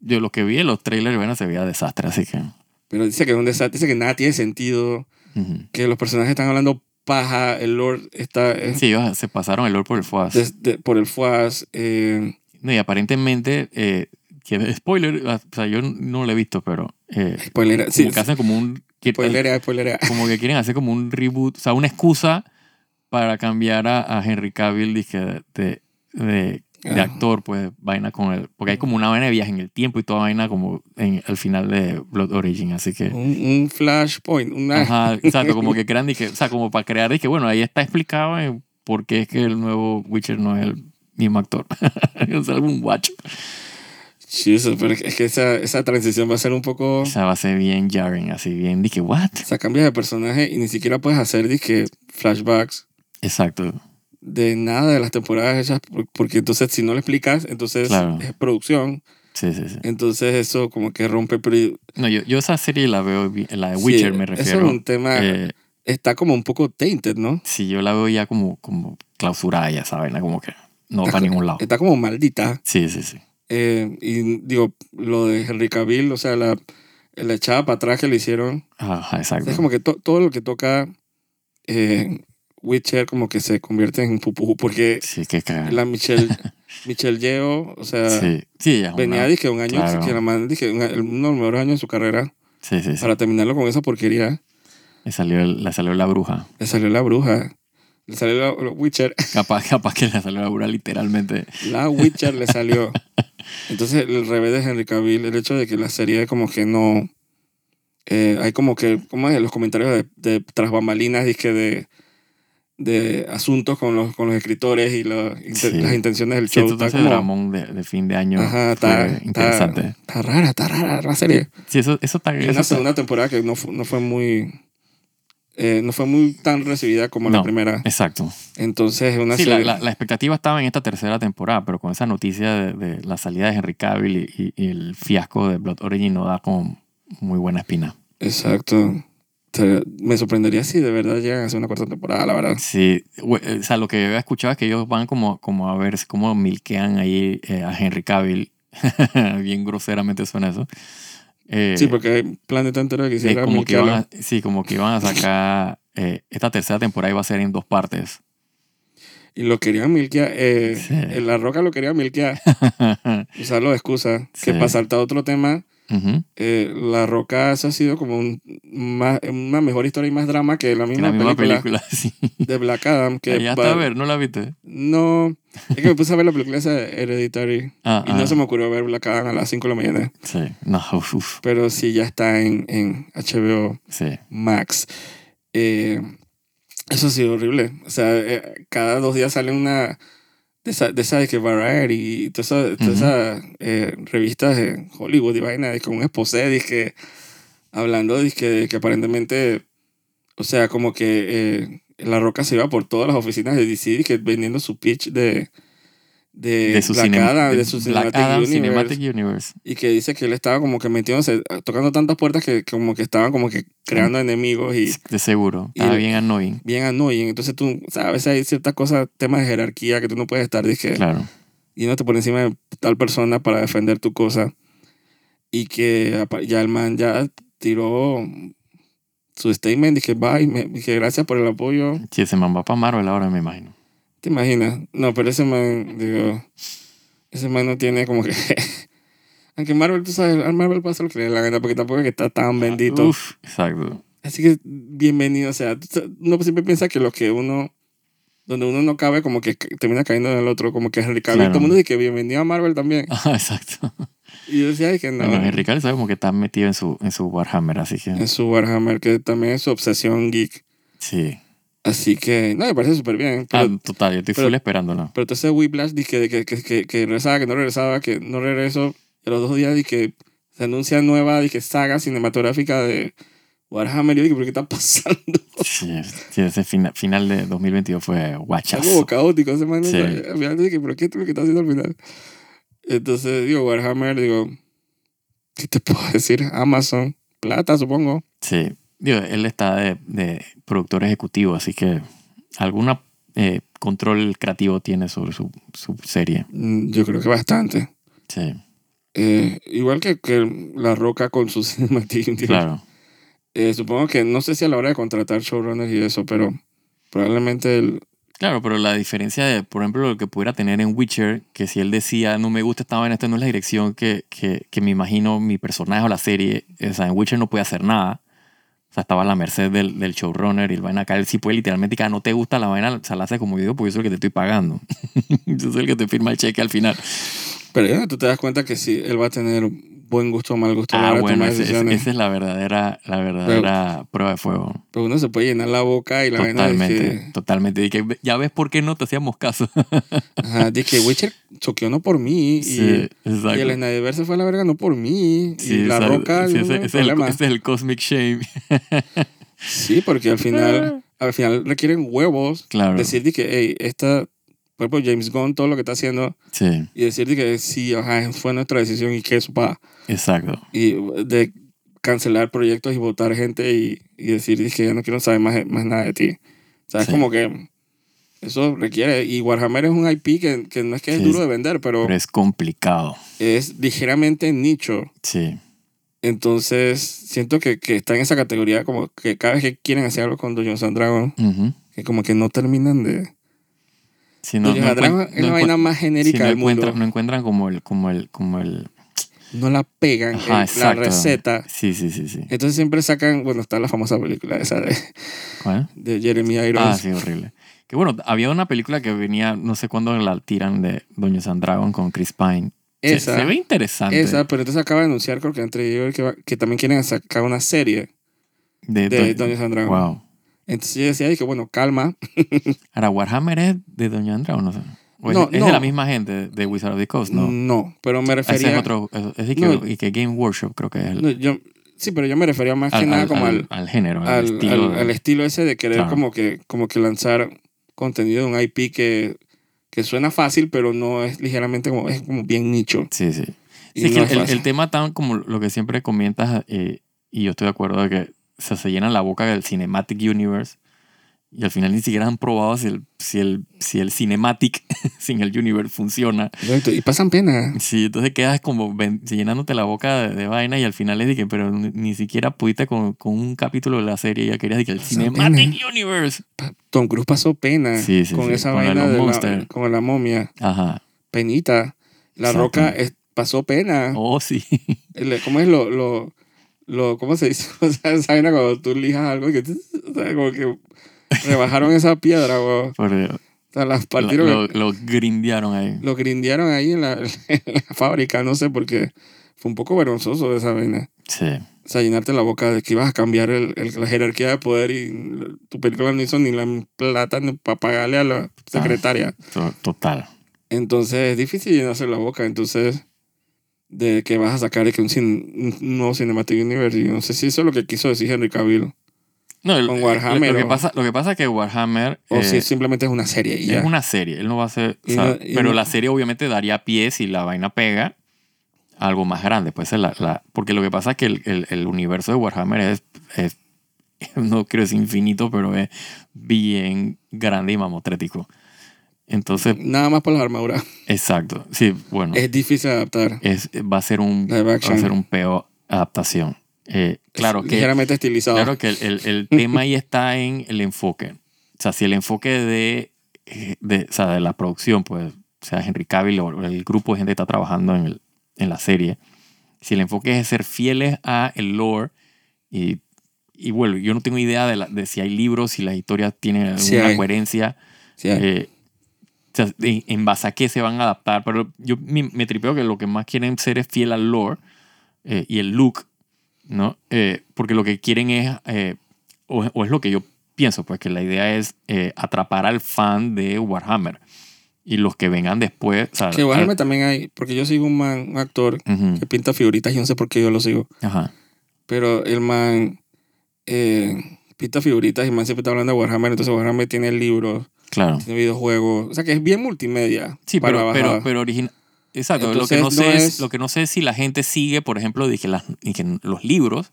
[SPEAKER 2] Yo lo que vi en los trailers, bueno, se veía desastre, así que...
[SPEAKER 1] pero dice que es un desastre dice que nada tiene sentido
[SPEAKER 2] ujú.
[SPEAKER 1] que los personajes están hablando paja el lord está eh,
[SPEAKER 2] Sí, ellos se pasaron el Lord por el Fuas.
[SPEAKER 1] des- de- por el fuas eh,
[SPEAKER 2] No, y aparentemente, eh, que, (laughs) spoiler, o sea, yo no lo he visto, pero... eh,
[SPEAKER 1] spoiler
[SPEAKER 2] como
[SPEAKER 1] sí,
[SPEAKER 2] que hacen como un... que-
[SPEAKER 1] spoilerea, spoilerea.
[SPEAKER 2] como que quieren hacer como un reboot, o sea, una excusa para cambiar a, a Henry Cavill dizque, de, de, de- de
[SPEAKER 1] Ah.
[SPEAKER 2] actor, pues vaina con él. Porque hay como una vaina de viaje en el tiempo y toda vaina como en, al final de Blood Origin, así que...
[SPEAKER 1] un, un flashpoint una (laughs)
[SPEAKER 2] Ajá, exacto, como que crean, dizque, o sea, como para crear, dije, bueno, ahí está explicado eh, por qué es que el nuevo Witcher no es el mismo actor. (laughs) es algún guacho.
[SPEAKER 1] Jesus, pero es que esa, esa transición va a ser un poco
[SPEAKER 2] O sea, va a ser bien jarring, así bien, dije, what?
[SPEAKER 1] o sea cambias de personaje y ni siquiera puedes hacer dizque, flashbacks
[SPEAKER 2] Exacto,
[SPEAKER 1] de nada de las temporadas hechas por- porque entonces si no le explicas entonces
[SPEAKER 2] Claro.
[SPEAKER 1] es producción
[SPEAKER 2] sí, sí, sí.
[SPEAKER 1] Entonces eso como que rompe... Pero
[SPEAKER 2] No, yo, yo esa serie la veo, bien- la de Witcher
[SPEAKER 1] Sí,
[SPEAKER 2] me refiero.
[SPEAKER 1] Eso ah, es un tema...
[SPEAKER 2] Eh,
[SPEAKER 1] está como un poco tainted, ¿no?
[SPEAKER 2] si yo la veo ya como, como clausurada, ya saben, ¿no? como que no va para ningún lado.
[SPEAKER 1] Está como maldita.
[SPEAKER 2] Sí, sí, sí.
[SPEAKER 1] Eh, y digo, lo de Henry Cavill, o sea, la, la echada para atrás que le hicieron.
[SPEAKER 2] Ajá,
[SPEAKER 1] O
[SPEAKER 2] exacto.
[SPEAKER 1] sea, es como que to- todo lo que toca eh, Witcher como que se convierte en pupú. Porque
[SPEAKER 2] Sí, que cagada.
[SPEAKER 1] la
[SPEAKER 2] (laughs)
[SPEAKER 1] Michelle... Michelle Yeo, o sea...
[SPEAKER 2] Sí, sí, ella es
[SPEAKER 1] Venía,
[SPEAKER 2] una...
[SPEAKER 1] dije, un año,
[SPEAKER 2] claro.
[SPEAKER 1] que la man- dije, un- uno de los mejores años de su carrera.
[SPEAKER 2] Sí, sí, sí.
[SPEAKER 1] Para terminarlo con esa porquería,
[SPEAKER 2] Le salió, el- le salió la bruja.
[SPEAKER 1] (laughs) le salió la bruja. Le salió la, la Witcher.
[SPEAKER 2] Capaz, capaz que le salió la bruja literalmente.
[SPEAKER 1] La Ah, Witcher le salió. Entonces, el revés de Henry Cavill, el hecho de que la serie como que no... eh, hay como que, ¿cómo es? Los comentarios de, de tras bambalinas, dizque de, de asuntos con los, con los escritores y, los-
[SPEAKER 2] Sí.
[SPEAKER 1] las intenciones del
[SPEAKER 2] Sí,
[SPEAKER 1] show.
[SPEAKER 2] entonces
[SPEAKER 1] Está,
[SPEAKER 2] el
[SPEAKER 1] como-
[SPEAKER 2] dramón de, de fin de año
[SPEAKER 1] Ajá,
[SPEAKER 2] fue
[SPEAKER 1] está- está-
[SPEAKER 2] interesante.
[SPEAKER 1] está rara, está rara la serie.
[SPEAKER 2] Sí, eso, eso está...
[SPEAKER 1] Y
[SPEAKER 2] eso
[SPEAKER 1] una
[SPEAKER 2] está-
[SPEAKER 1] segunda temporada que no fue, no fue muy eh, no fue muy tan recibida como la
[SPEAKER 2] No.
[SPEAKER 1] primera
[SPEAKER 2] Exacto.
[SPEAKER 1] entonces es una
[SPEAKER 2] Sí, la,
[SPEAKER 1] serie
[SPEAKER 2] la- la expectativa estaba en esta tercera temporada, pero con esa noticia de, de la salida de Henry Cavill y, y- y el fiasco de Blood Origin no da como muy buena espina.
[SPEAKER 1] exacto O sea, me sorprendería si de verdad llegan a hacer una cuarta temporada la verdad
[SPEAKER 2] Sí, we- o sea, lo que había escuchado es que ellos van como, como a ver cómo milquean ahí eh, a Henry Cavill. (laughs) Bien groseramente suena eso. Eh,
[SPEAKER 1] sí porque hay planeta entero que
[SPEAKER 2] eh,
[SPEAKER 1] quisiera
[SPEAKER 2] como que iban
[SPEAKER 1] milkearlo.
[SPEAKER 2] a, sí, como
[SPEAKER 1] (laughs)
[SPEAKER 2] que iban a sacar... eh, esta tercera temporada iba a ser en dos partes. (laughs)
[SPEAKER 1] y lo querían milkear eh,
[SPEAKER 2] Sí.
[SPEAKER 1] en la roca lo querían milkear (laughs) usarlo de excusa
[SPEAKER 2] Sí.
[SPEAKER 1] que para saltar a otro tema
[SPEAKER 2] Ujú.
[SPEAKER 1] eh, la roca eso ha sido como un, más, una mejor historia y más drama que la
[SPEAKER 2] Que
[SPEAKER 1] misma,
[SPEAKER 2] la misma
[SPEAKER 1] película,
[SPEAKER 2] película, (laughs) sí.
[SPEAKER 1] de Black Adam que
[SPEAKER 2] Ya
[SPEAKER 1] va-
[SPEAKER 2] está a ver, ¿no la viste?
[SPEAKER 1] no es que me puse a ver la película esa de Hereditary
[SPEAKER 2] Ah,
[SPEAKER 1] Y no
[SPEAKER 2] ah,
[SPEAKER 1] se me ocurrió ver Black Adam a las 5 de la mañana.
[SPEAKER 2] Sí, no, uf, uf,
[SPEAKER 1] Pero sí, ya está en, en HBO
[SPEAKER 2] sí.
[SPEAKER 1] Max. Eh, eso ha sido horrible. O sea, eh, cada dos días sale una de esa de, esa de que Variety y todas esas todas esas, eh, revistas de Hollywood y vaina, de que un esposé, dizque, hablando de que, de que aparentemente, o sea, como que eh, La Roca se iba por todas las oficinas de DC dizque, vendiendo su pitch de. De,
[SPEAKER 2] De su,
[SPEAKER 1] Black
[SPEAKER 2] cine-
[SPEAKER 1] Adam,
[SPEAKER 2] de
[SPEAKER 1] de su
[SPEAKER 2] Black
[SPEAKER 1] Cinematic
[SPEAKER 2] Adam
[SPEAKER 1] Universe
[SPEAKER 2] Cinematic Universe.
[SPEAKER 1] y que dice que él estaba como que metiéndose, ah, tocando tantas puertas que como que estaban como que creando enemigos y
[SPEAKER 2] De seguro.
[SPEAKER 1] y
[SPEAKER 2] Estaba
[SPEAKER 1] el-
[SPEAKER 2] bien annoying.
[SPEAKER 1] bien annoying. Entonces tú, o sea, a veces hay ciertas cosas, temas de jerarquía que tú no puedes estar dizque,
[SPEAKER 2] Claro.
[SPEAKER 1] yéndote por encima de tal persona para defender tu cosa. Y que apa- ya el man ya tiró su statement, dije, bye, me, dije, gracias por el apoyo.
[SPEAKER 2] Sí, ese man va para Marvel ahora, me imagino.
[SPEAKER 1] ¿Te imaginas? No, pero ese man, digo, ese man no tiene como que... (laughs) Aunque Marvel, tú sabes, a Marvel pasa lo que le dé la gana, porque tampoco es que está tan bendito.
[SPEAKER 2] Uf, exacto. (laughs)
[SPEAKER 1] Así que bienvenido, o sea, tú- uno siempre piensa que lo que uno, donde uno no cabe, como que ca- termina cayendo en el otro, como que Henry Cavill,
[SPEAKER 2] Claro.
[SPEAKER 1] todo el mundo dice que bienvenido a Marvel también.
[SPEAKER 2] Ah, exacto.
[SPEAKER 1] Y yo decía ay, que no,
[SPEAKER 2] Bueno, Henry Cavill sabe como que está metido en su, en su Warhammer, así que
[SPEAKER 1] en su Warhammer, que también es su obsesión geek.
[SPEAKER 2] sí.
[SPEAKER 1] Así que, no, me parece súper bien. Pero,
[SPEAKER 2] Ah, total, yo estoy
[SPEAKER 1] pero-
[SPEAKER 2] full esperándola.
[SPEAKER 1] pero entonces Whiplash dije de que, que, que, que regresaba, que no regresaba, que no regreso, y a los dos días dije que se anuncia nueva, dije saga cinematográfica de Warhammer, y yo dije, ¿pero qué está (laughs) pasando?
[SPEAKER 2] Sí, sí, ese fina- final de 2022 fue
[SPEAKER 1] Está
[SPEAKER 2] guachas.
[SPEAKER 1] como caótico ese man. no
[SPEAKER 2] Sí.
[SPEAKER 1] sabe. Al final dije, pero ¿qué es lo que está haciendo al final? Entonces, digo, Warhammer, digo, ¿qué te puedo (laughs) decir? Amazon, plata, supongo.
[SPEAKER 2] Sí, Digo, él está de, de productor ejecutivo, así que algún control creativo tiene sobre su, su serie.
[SPEAKER 1] Mm, Yo creo que bastante.
[SPEAKER 2] Sí,
[SPEAKER 1] Eh, igual que, que La Roca con su (laughs) Cinematic Universe.
[SPEAKER 2] claro.
[SPEAKER 1] Eh, supongo que, no sé si a la hora de contratar showrunners y eso, pero probablemente el...
[SPEAKER 2] Claro, pero la diferencia de, por ejemplo, lo que pudiera tener en Witcher, que si él decía, no me gusta esta vaina, esta no es la dirección que, que, que me imagino mi personaje o la serie, o sea, en Witcher no puede hacer nada. O sea, estaba a la merced del, del showrunner y el vaina acá. Él sí puede literalmente que "Ah, no te gusta la vaina, o sea, la hace como yo digo, porque yo soy el que te estoy pagando. (laughs) yo soy el que te firma el cheque al final.
[SPEAKER 1] Pero ya, tú te das cuenta que sí, él va a tener buen gusto o mal gusto a la
[SPEAKER 2] Ah,
[SPEAKER 1] hora de
[SPEAKER 2] bueno,
[SPEAKER 1] tomar
[SPEAKER 2] ese- ese-
[SPEAKER 1] decisiones.
[SPEAKER 2] esa es la verdadera, la verdadera prueba de fuego.
[SPEAKER 1] Pero uno se puede llenar la boca y la vaina de
[SPEAKER 2] Totalmente,
[SPEAKER 1] que...
[SPEAKER 2] totalmente. Y que ya ves por qué no te hacíamos caso.
[SPEAKER 1] Ajá, de que Witcher choqueó no por mí. (laughs) Y,
[SPEAKER 2] (laughs) sí,
[SPEAKER 1] y
[SPEAKER 2] exacto.
[SPEAKER 1] el Snyderverse se fue a la verga no por mí.
[SPEAKER 2] Sí,
[SPEAKER 1] y la
[SPEAKER 2] exacto.
[SPEAKER 1] roca.
[SPEAKER 2] Sí,
[SPEAKER 1] no,
[SPEAKER 2] ese,
[SPEAKER 1] no,
[SPEAKER 2] ese es el, este
[SPEAKER 1] problema.
[SPEAKER 2] ese es el cosmic shame. (laughs)
[SPEAKER 1] Sí, porque al final, al final requieren huevos.
[SPEAKER 2] Claro.
[SPEAKER 1] Decir de que, hey, esta. Por ejemplo, James Gunn, todo lo que está haciendo.
[SPEAKER 2] Sí,
[SPEAKER 1] Y decir de que sí, ajá, fue nuestra decisión y que eso pa.
[SPEAKER 2] exacto.
[SPEAKER 1] Y de cancelar proyectos y votar gente y, y decir de que ya no quiero saber más, más nada de ti. O sea, es
[SPEAKER 2] Sí.
[SPEAKER 1] como que. Eso requiere. Y Warhammer es un IP que, que no es que es
[SPEAKER 2] Sí,
[SPEAKER 1] duro
[SPEAKER 2] es-
[SPEAKER 1] de vender, pero
[SPEAKER 2] Pero es complicado.
[SPEAKER 1] es ligeramente nicho.
[SPEAKER 2] Sí,
[SPEAKER 1] Entonces, siento que, que está en esa categoría como que cada vez que quieren hacer algo con Dungeons and Dragons,
[SPEAKER 2] ujú.
[SPEAKER 1] que como que no terminan de...
[SPEAKER 2] Sí, no, no
[SPEAKER 1] Dungeons and
[SPEAKER 2] encuent-
[SPEAKER 1] Dragons es
[SPEAKER 2] no
[SPEAKER 1] la
[SPEAKER 2] encuent-
[SPEAKER 1] vaina más genérica
[SPEAKER 2] sí, no
[SPEAKER 1] del mundo.
[SPEAKER 2] encuentran, no encuentran como el, como el, como el,
[SPEAKER 1] no la pegan
[SPEAKER 2] Ajá,
[SPEAKER 1] en la
[SPEAKER 2] exacto.
[SPEAKER 1] receta.
[SPEAKER 2] Sí, sí, sí, sí.
[SPEAKER 1] Entonces siempre sacan, bueno, está la famosa película esa de,
[SPEAKER 2] Bueno.
[SPEAKER 1] de Jeremy Irons.
[SPEAKER 2] Ah, sí, horrible. Que bueno, había una película que venía, no sé cuándo la tiran de Doña Sandragon con Chris Pine. Se-
[SPEAKER 1] esa,
[SPEAKER 2] se, ve interesante.
[SPEAKER 1] esa, pero entonces acaba de anunciar, creo que entre ellos, que, va- que también quieren sacar una serie
[SPEAKER 2] de,
[SPEAKER 1] de
[SPEAKER 2] Do-
[SPEAKER 1] Doña Sandra.
[SPEAKER 2] Wow.
[SPEAKER 1] Entonces yo decía, dije, bueno, calma.
[SPEAKER 2] Ahora, Warhammer es de Doña Andragon, no sé. O es,
[SPEAKER 1] No,
[SPEAKER 2] es
[SPEAKER 1] no.
[SPEAKER 2] de la misma gente de Wizard of the Coast,
[SPEAKER 1] No,
[SPEAKER 2] Pues ¿no?
[SPEAKER 1] pero me refería...
[SPEAKER 2] Ese es otro. Es, es de que,
[SPEAKER 1] No.
[SPEAKER 2] y que Game Workshop creo que es el.
[SPEAKER 1] no, yo- sí, pero yo me refería más que
[SPEAKER 2] al,
[SPEAKER 1] nada
[SPEAKER 2] al-
[SPEAKER 1] como
[SPEAKER 2] al-
[SPEAKER 1] al,
[SPEAKER 2] al género, al,
[SPEAKER 1] al,
[SPEAKER 2] estilo.
[SPEAKER 1] al-
[SPEAKER 2] de-
[SPEAKER 1] al estilo ese de querer
[SPEAKER 2] Claro.
[SPEAKER 1] como, que, como que lanzar contenido de un IP que, que suena fácil, pero no es ligeramente como, es como bien nicho.
[SPEAKER 2] Sí, sí.
[SPEAKER 1] Y
[SPEAKER 2] Sí, es que
[SPEAKER 1] no es
[SPEAKER 2] el, el
[SPEAKER 1] fácil.
[SPEAKER 2] tema tan como lo que siempre comentas, eh, y yo estoy de acuerdo de que o sea, se llena la boca del Cinematic Universe y al final ni siquiera han probado si el, si el, si el Cinematic (laughs) sin el Universe funciona.
[SPEAKER 1] Exacto, Y pasan pena.
[SPEAKER 2] Sí, entonces quedas como ven- llenándote la boca de, de vaina y al final es de que, pero ni, ni siquiera pudiste con, con un capítulo de la serie ya querías de que el
[SPEAKER 1] Esa (laughs)
[SPEAKER 2] Cinematic Universe.
[SPEAKER 1] Tom Cruise pasó pena
[SPEAKER 2] Sí, sí,
[SPEAKER 1] con
[SPEAKER 2] sí,
[SPEAKER 1] esa
[SPEAKER 2] con la
[SPEAKER 1] vaina
[SPEAKER 2] Long
[SPEAKER 1] de la,
[SPEAKER 2] Monster.
[SPEAKER 1] con la momia.
[SPEAKER 2] Ajá.
[SPEAKER 1] Penita. La
[SPEAKER 2] Exacto.
[SPEAKER 1] roca es- pasó pena.
[SPEAKER 2] Oh, sí.
[SPEAKER 1] El- ¿Cómo es lo, lo, lo- ¿Cómo se dice? (laughs) O sea, esa vaina cuando tú lijas algo que... (laughs) o sea, como que rebajaron esa piedra, weón.
[SPEAKER 2] Porque
[SPEAKER 1] O sea, las
[SPEAKER 2] lo,
[SPEAKER 1] partieron...
[SPEAKER 2] lo- lo grindearon ahí.
[SPEAKER 1] lo grindearon ahí en la, (laughs) en la fábrica, no sé, porque fue un poco vergonzoso esa vaina.
[SPEAKER 2] Sí.
[SPEAKER 1] O sea, llenarte la boca de que ibas a cambiar el, el- la jerarquía de poder y tu película no hizo ni la plata para pagarle a la secretaria.
[SPEAKER 2] To- Total.
[SPEAKER 1] Entonces es difícil llenarse la boca, entonces de que vas a sacar de que un, cin- un nuevo Cinematic Universe. Y no sé si eso es lo que quiso decir Henry Cavill.
[SPEAKER 2] No, el-
[SPEAKER 1] Con Warhammer,
[SPEAKER 2] Lo que
[SPEAKER 1] o-
[SPEAKER 2] pasa, lo que pasa es que Warhammer
[SPEAKER 1] O
[SPEAKER 2] eh,
[SPEAKER 1] si simplemente es una serie y ya.
[SPEAKER 2] es una serie. Él no va a ser. o
[SPEAKER 1] Y
[SPEAKER 2] sea,
[SPEAKER 1] no- y
[SPEAKER 2] pero
[SPEAKER 1] no-
[SPEAKER 2] la serie obviamente daría pie si la vaina pega a algo más grande. Pues la, la- porque lo que pasa es que el, el- el universo de Warhammer es, es- (laughs) No creo es infinito, pero es bien grande y mamotrético. Entonces,
[SPEAKER 1] Nada más por las armaduras.
[SPEAKER 2] exacto. Sí, bueno.
[SPEAKER 1] Es difícil adaptar.
[SPEAKER 2] Es, va a ser un.
[SPEAKER 1] Live
[SPEAKER 2] Va a
[SPEAKER 1] action.
[SPEAKER 2] ser un peor adaptación. Eh, claro que.
[SPEAKER 1] Ligeramente estilizado.
[SPEAKER 2] Claro que el, el-
[SPEAKER 1] (laughs)
[SPEAKER 2] el tema ahí está en el enfoque. O sea, si el enfoque de, eh, de, o sea, de la producción, pues, o sea, Henry Cavill o el grupo de gente que está trabajando en, el- en la serie, si el enfoque es ser fieles a el lore y, y bueno, yo no tengo idea de, la- de si hay libros, si las historias tienen alguna
[SPEAKER 1] Sí hay.
[SPEAKER 2] coherencia,
[SPEAKER 1] Sí, hay.
[SPEAKER 2] eh, o sea, en, en base a qué se van a adaptar, pero yo me, me tripeo que lo que más quieren ser es fiel al lore eh, y el look, ¿no? Eh, porque lo que quieren es, eh, o, o es lo que yo pienso, pues que la idea es eh, atrapar al fan de Warhammer y los que vengan después. o sea,
[SPEAKER 1] Que Warhammer
[SPEAKER 2] al-
[SPEAKER 1] también hay, porque yo sigo un man, un actor
[SPEAKER 2] Ujú,
[SPEAKER 1] que pinta figuritas, yo no sé por qué yo lo sigo,
[SPEAKER 2] Ajá.
[SPEAKER 1] pero el man eh, pinta figuritas y el man siempre está hablando de Warhammer, entonces Warhammer tiene libros,
[SPEAKER 2] Claro.
[SPEAKER 1] tiene videojuegos, o sea que es bien multimedia.
[SPEAKER 2] Sí,
[SPEAKER 1] para
[SPEAKER 2] pero,
[SPEAKER 1] la
[SPEAKER 2] pero,
[SPEAKER 1] bajada.
[SPEAKER 2] pero original. Exacto,
[SPEAKER 1] Entonces,
[SPEAKER 2] lo, que no sé
[SPEAKER 1] no
[SPEAKER 2] es,
[SPEAKER 1] es-
[SPEAKER 2] lo que no sé es si la gente sigue, por ejemplo, dije, las, dije los libros,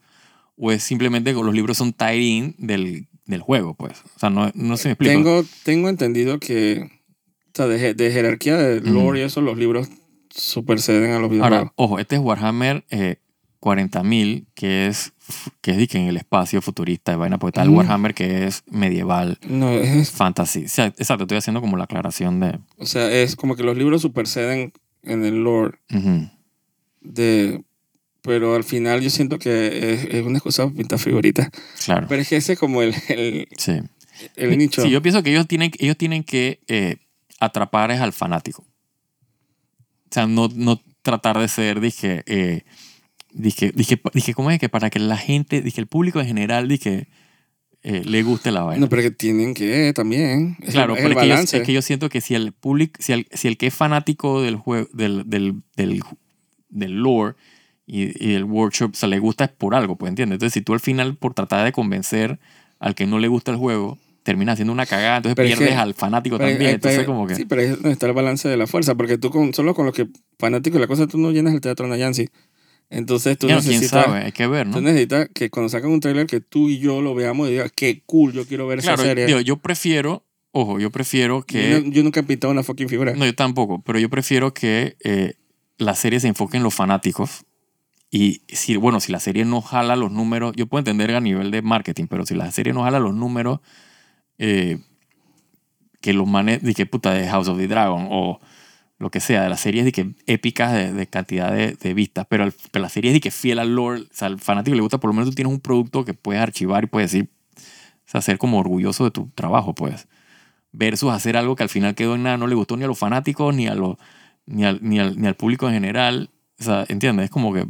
[SPEAKER 2] o es simplemente que los libros son tie-in del, del juego, pues. O sea, no, no se me explica.
[SPEAKER 1] tengo, tengo entendido que, o sea, de, je- de jerarquía de
[SPEAKER 2] Ujú.
[SPEAKER 1] lore y eso, los libros superceden a los videojuegos.
[SPEAKER 2] Ahora, ojo, este es Warhammer eh, 40.000, que es, que es dije, en el espacio futurista de vaina, porque está el
[SPEAKER 1] Ujú.
[SPEAKER 2] Warhammer que es medieval,
[SPEAKER 1] no, es,
[SPEAKER 2] fantasy. O sea, exacto, estoy haciendo como la aclaración de...
[SPEAKER 1] o sea, es como que los libros superceden en el lore.
[SPEAKER 2] Ujú.
[SPEAKER 1] de pero al final yo siento que es, es una excusa para pintar figuritas
[SPEAKER 2] Claro,
[SPEAKER 1] pero es que ese es como el, el,
[SPEAKER 2] sí.
[SPEAKER 1] el nicho
[SPEAKER 2] Sí, yo pienso que ellos tienen, ellos tienen que eh, atrapar es al fanático. O sea, no, no tratar de ser, dije, eh, dije, dije, dije, ¿cómo es que para que la gente, dije, el público en general, dije, eh, le guste la vaina?
[SPEAKER 1] no pero que tienen que también es
[SPEAKER 2] claro,
[SPEAKER 1] el, es
[SPEAKER 2] pero
[SPEAKER 1] el
[SPEAKER 2] es que, yo,
[SPEAKER 1] balance
[SPEAKER 2] es que yo siento que si el público, si el, si el que es fanático del juego, del, del, del, del lore y, y del workshop, se le gusta es por algo, pues entiendes. Entonces, si tú al final, por tratar de convencer al que no le gusta el juego, terminas haciendo una cagada, entonces
[SPEAKER 1] Pero es
[SPEAKER 2] pierdes
[SPEAKER 1] que-
[SPEAKER 2] al fanático
[SPEAKER 1] Pero-
[SPEAKER 2] también.
[SPEAKER 1] eh,
[SPEAKER 2] Entonces,
[SPEAKER 1] pero-
[SPEAKER 2] como que.
[SPEAKER 1] sí pero ahí es donde está el balance de la fuerza porque tú con, solo con lo que fanático de la cosa tú no llenas el teatro Nayansi entonces tú
[SPEAKER 2] bueno, quién
[SPEAKER 1] necesitas
[SPEAKER 2] sabe, hay que ver,
[SPEAKER 1] tú
[SPEAKER 2] ¿no?
[SPEAKER 1] necesitas que cuando sacan un tráiler que tú y yo lo veamos y digas qué cool yo quiero ver
[SPEAKER 2] Claro,
[SPEAKER 1] esa serie
[SPEAKER 2] digo, yo prefiero, ojo, yo prefiero que.
[SPEAKER 1] yo, no- yo nunca he pintado una fucking figura
[SPEAKER 2] No, yo tampoco, pero yo prefiero que eh, la serie se enfoque en los fanáticos. Y si, bueno, si la serie no jala los números, yo puedo entender a nivel de marketing, pero si la serie no jala los números, eh, que los manes, de que puta, de House of the Dragon o, lo que sea, de las series de que épicas de, de cantidad de, de vistas, pero, al- pero las series de que fiel al lore, o sea, al fanático le gusta, por lo menos tú tienes un producto que puedes archivar y puedes decir, o sea, ser como orgulloso de tu trabajo, pues. Versus hacer algo que al final quedó en nada, no le gustó ni a los fanáticos, ni, a los, ni, al, ni, al, ni al público en general. O sea, ¿entiendes? Es como que.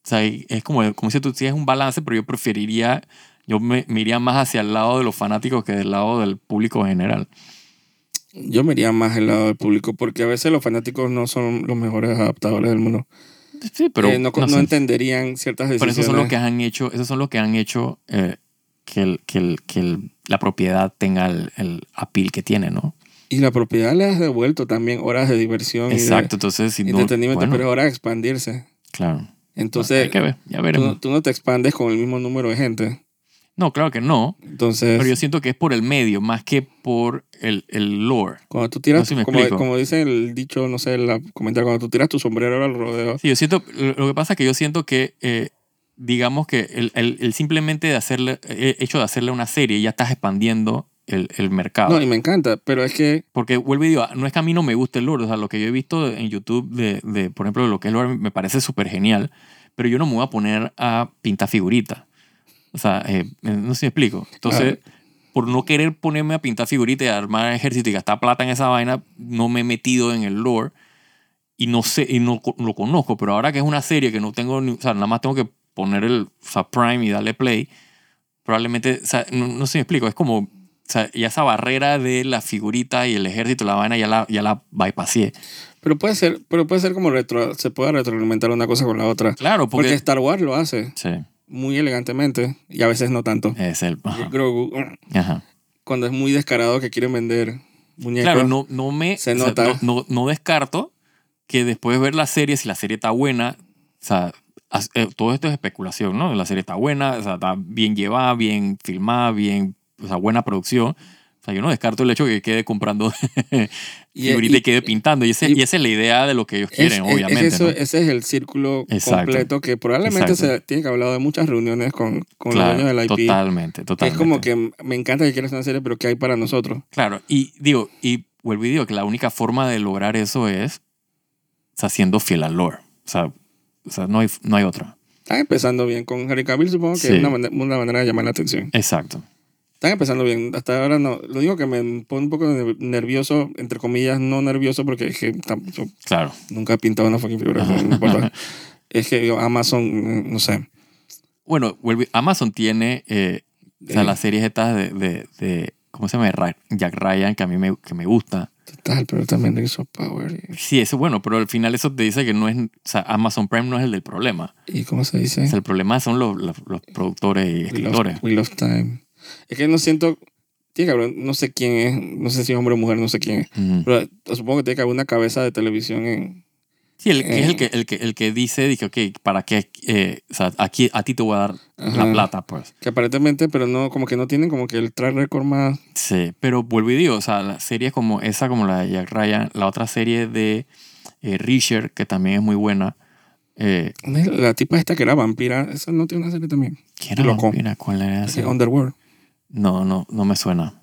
[SPEAKER 2] O sea, es como, como si tú tienes un balance, pero yo preferiría. Yo me, me iría más hacia el lado de los fanáticos que del lado del público en general.
[SPEAKER 1] Yo me iría más al lado del público porque a veces los fanáticos no son los mejores adaptadores del mundo.
[SPEAKER 2] Sí, pero.
[SPEAKER 1] Eh, no,
[SPEAKER 2] no
[SPEAKER 1] no
[SPEAKER 2] sé.
[SPEAKER 1] entenderían ciertas
[SPEAKER 2] Pero
[SPEAKER 1] decisiones.
[SPEAKER 2] esos son los que han hecho, esos son los que han hecho eh, que, el- que el- que el- la propiedad tenga el, el appeal que tiene, ¿no?
[SPEAKER 1] Y la propiedad le has devuelto también horas de diversión
[SPEAKER 2] Exacto, entonces si
[SPEAKER 1] y de
[SPEAKER 2] no,
[SPEAKER 1] entretenimiento,
[SPEAKER 2] bueno,
[SPEAKER 1] pero es hora de expandirse.
[SPEAKER 2] claro. Hay
[SPEAKER 1] Entonces,
[SPEAKER 2] que ver, ya
[SPEAKER 1] tú,
[SPEAKER 2] veremos.
[SPEAKER 1] no- tú no te expandes con el mismo número de gente.
[SPEAKER 2] No, claro que no,
[SPEAKER 1] Entonces,
[SPEAKER 2] pero yo siento que es por el medio más que por el, el lore.
[SPEAKER 1] cuando tú tiras,
[SPEAKER 2] no sé si me
[SPEAKER 1] como,
[SPEAKER 2] explico.
[SPEAKER 1] como dice el dicho, no sé, la comentario, cuando tú tiras tu sombrero al rodeo,
[SPEAKER 2] Sí, yo siento, lo lo que pasa es que yo siento que, eh, digamos que el, el- el simplemente de hacerle, eh, hecho de hacerle una serie ya estás expandiendo el, el mercado.
[SPEAKER 1] No, y me encanta, pero es que
[SPEAKER 2] Porque vuelvo y digo, no es que a mí no me guste el lore, o sea, lo que yo he visto en YouTube de, de, por ejemplo, lo que es lore me parece súper genial, pero yo no me voy a poner a pintar figuritas. O sea, eh, no sé si me explico. Entonces, por no querer ponerme a pintar figuritas y armar ejército y gastar plata en esa vaina, no me he metido en el lore y no sé, y no co- lo conozco, pero ahora que es una serie que no tengo, ni- o sea, nada más tengo que poner el o sea, Prime y darle play, probablemente, o sea, no, no sé si me explico, es como, o sea, ya esa barrera de la figurita y el ejército, la vaina, ya la, ya la bypassé.
[SPEAKER 1] pero puede ser, pero puede ser como retro, se puede retroalimentar una cosa con la otra,
[SPEAKER 2] Claro,
[SPEAKER 1] porque,
[SPEAKER 2] porque...
[SPEAKER 1] Star Wars lo hace
[SPEAKER 2] Sí,
[SPEAKER 1] muy elegantemente y a veces no tanto.
[SPEAKER 2] es el... Ajá,
[SPEAKER 1] Grogu
[SPEAKER 2] ajá.
[SPEAKER 1] cuando es muy descarado que quieren vender muñecos.
[SPEAKER 2] Claro, no, no me...
[SPEAKER 1] Se
[SPEAKER 2] o sea,
[SPEAKER 1] nota.
[SPEAKER 2] no, no- no descarto que después de ver la serie, si la serie está buena, o sea, as- eh, todo esto es especulación, ¿no? La serie está buena, o sea, está bien llevada, bien filmada, bien, o sea, buena producción. O sea, yo no descarto el hecho que quede comprando
[SPEAKER 1] (laughs) y,
[SPEAKER 2] figurita y, quede pintando. Y, ese-
[SPEAKER 1] y-
[SPEAKER 2] y esa es la idea de lo que ellos
[SPEAKER 1] es-
[SPEAKER 2] quieren,
[SPEAKER 1] es- es
[SPEAKER 2] obviamente.
[SPEAKER 1] eso-
[SPEAKER 2] ¿no?
[SPEAKER 1] Ese es el círculo
[SPEAKER 2] Exacto.
[SPEAKER 1] completo que probablemente
[SPEAKER 2] Exacto.
[SPEAKER 1] se tiene que hablar de muchas reuniones con, con
[SPEAKER 2] Claro,
[SPEAKER 1] los dueños del IP.
[SPEAKER 2] totalmente,
[SPEAKER 1] Que
[SPEAKER 2] totalmente.
[SPEAKER 1] Es como que me encanta que quieras una serie, pero ¿qué hay para nosotros?
[SPEAKER 2] Claro, y digo, y vuelvo y digo que la única forma de lograr eso es o sea, siendo fiel al lore. O sea, o sea, no, hay, no hay otra.
[SPEAKER 1] Están empezando bien con Harry Cavill, supongo que
[SPEAKER 2] Sí.
[SPEAKER 1] es una, man- una manera de llamar la atención.
[SPEAKER 2] Exacto.
[SPEAKER 1] Están empezando bien. Hasta ahora no. Lo único que me pone un poco ne- nervioso, entre comillas, no nervioso, porque es que tam- yo
[SPEAKER 2] Claro.
[SPEAKER 1] nunca he pintado una fucking figura. no me importa.
[SPEAKER 2] (laughs)
[SPEAKER 1] Es que yo, Amazon, no sé.
[SPEAKER 2] Bueno, vuelvo y- Amazon tiene eh, o sea,
[SPEAKER 1] Eh,
[SPEAKER 2] las series estas de, de, de- ¿cómo se llama? Ra- Jack Ryan, que a mí me, que me gusta.
[SPEAKER 1] Total, pero también Rings of Power.
[SPEAKER 2] Sí, eso es bueno, pero al final eso te dice que no es, o sea, Amazon Prime no es el del problema.
[SPEAKER 1] ¿Y cómo se
[SPEAKER 2] O
[SPEAKER 1] dice?
[SPEAKER 2] sea, el problema son los, los, los productores y
[SPEAKER 1] We love,
[SPEAKER 2] escritores.
[SPEAKER 1] We Love Time. Es que no siento. Tiene que haber, no sé quién es, no sé si es hombre o mujer, no sé quién es.
[SPEAKER 2] Ujú.
[SPEAKER 1] Pero supongo que tiene que haber una cabeza de televisión en.
[SPEAKER 2] Sí, el que es el
[SPEAKER 1] Eh.
[SPEAKER 2] que, el que, el que dice, dije, ok, ¿para qué? Eh, o sea, aquí a ti te voy a dar
[SPEAKER 1] Ajá.
[SPEAKER 2] la plata, pues.
[SPEAKER 1] Que aparentemente, pero no, como que no tienen como que el track record más.
[SPEAKER 2] Sí, pero vuelvo y digo, o sea, las series como esa, como la de Jack Ryan, la otra serie de eh, Richard, que también es muy buena. Eh,
[SPEAKER 1] La tipa esta que era vampira, esa no tiene una serie también.
[SPEAKER 2] ¿Quién era?
[SPEAKER 1] Loco.
[SPEAKER 2] vampira? ¿Cuál era
[SPEAKER 1] Así,
[SPEAKER 2] esa?
[SPEAKER 1] Underworld.
[SPEAKER 2] No, no, no me suena.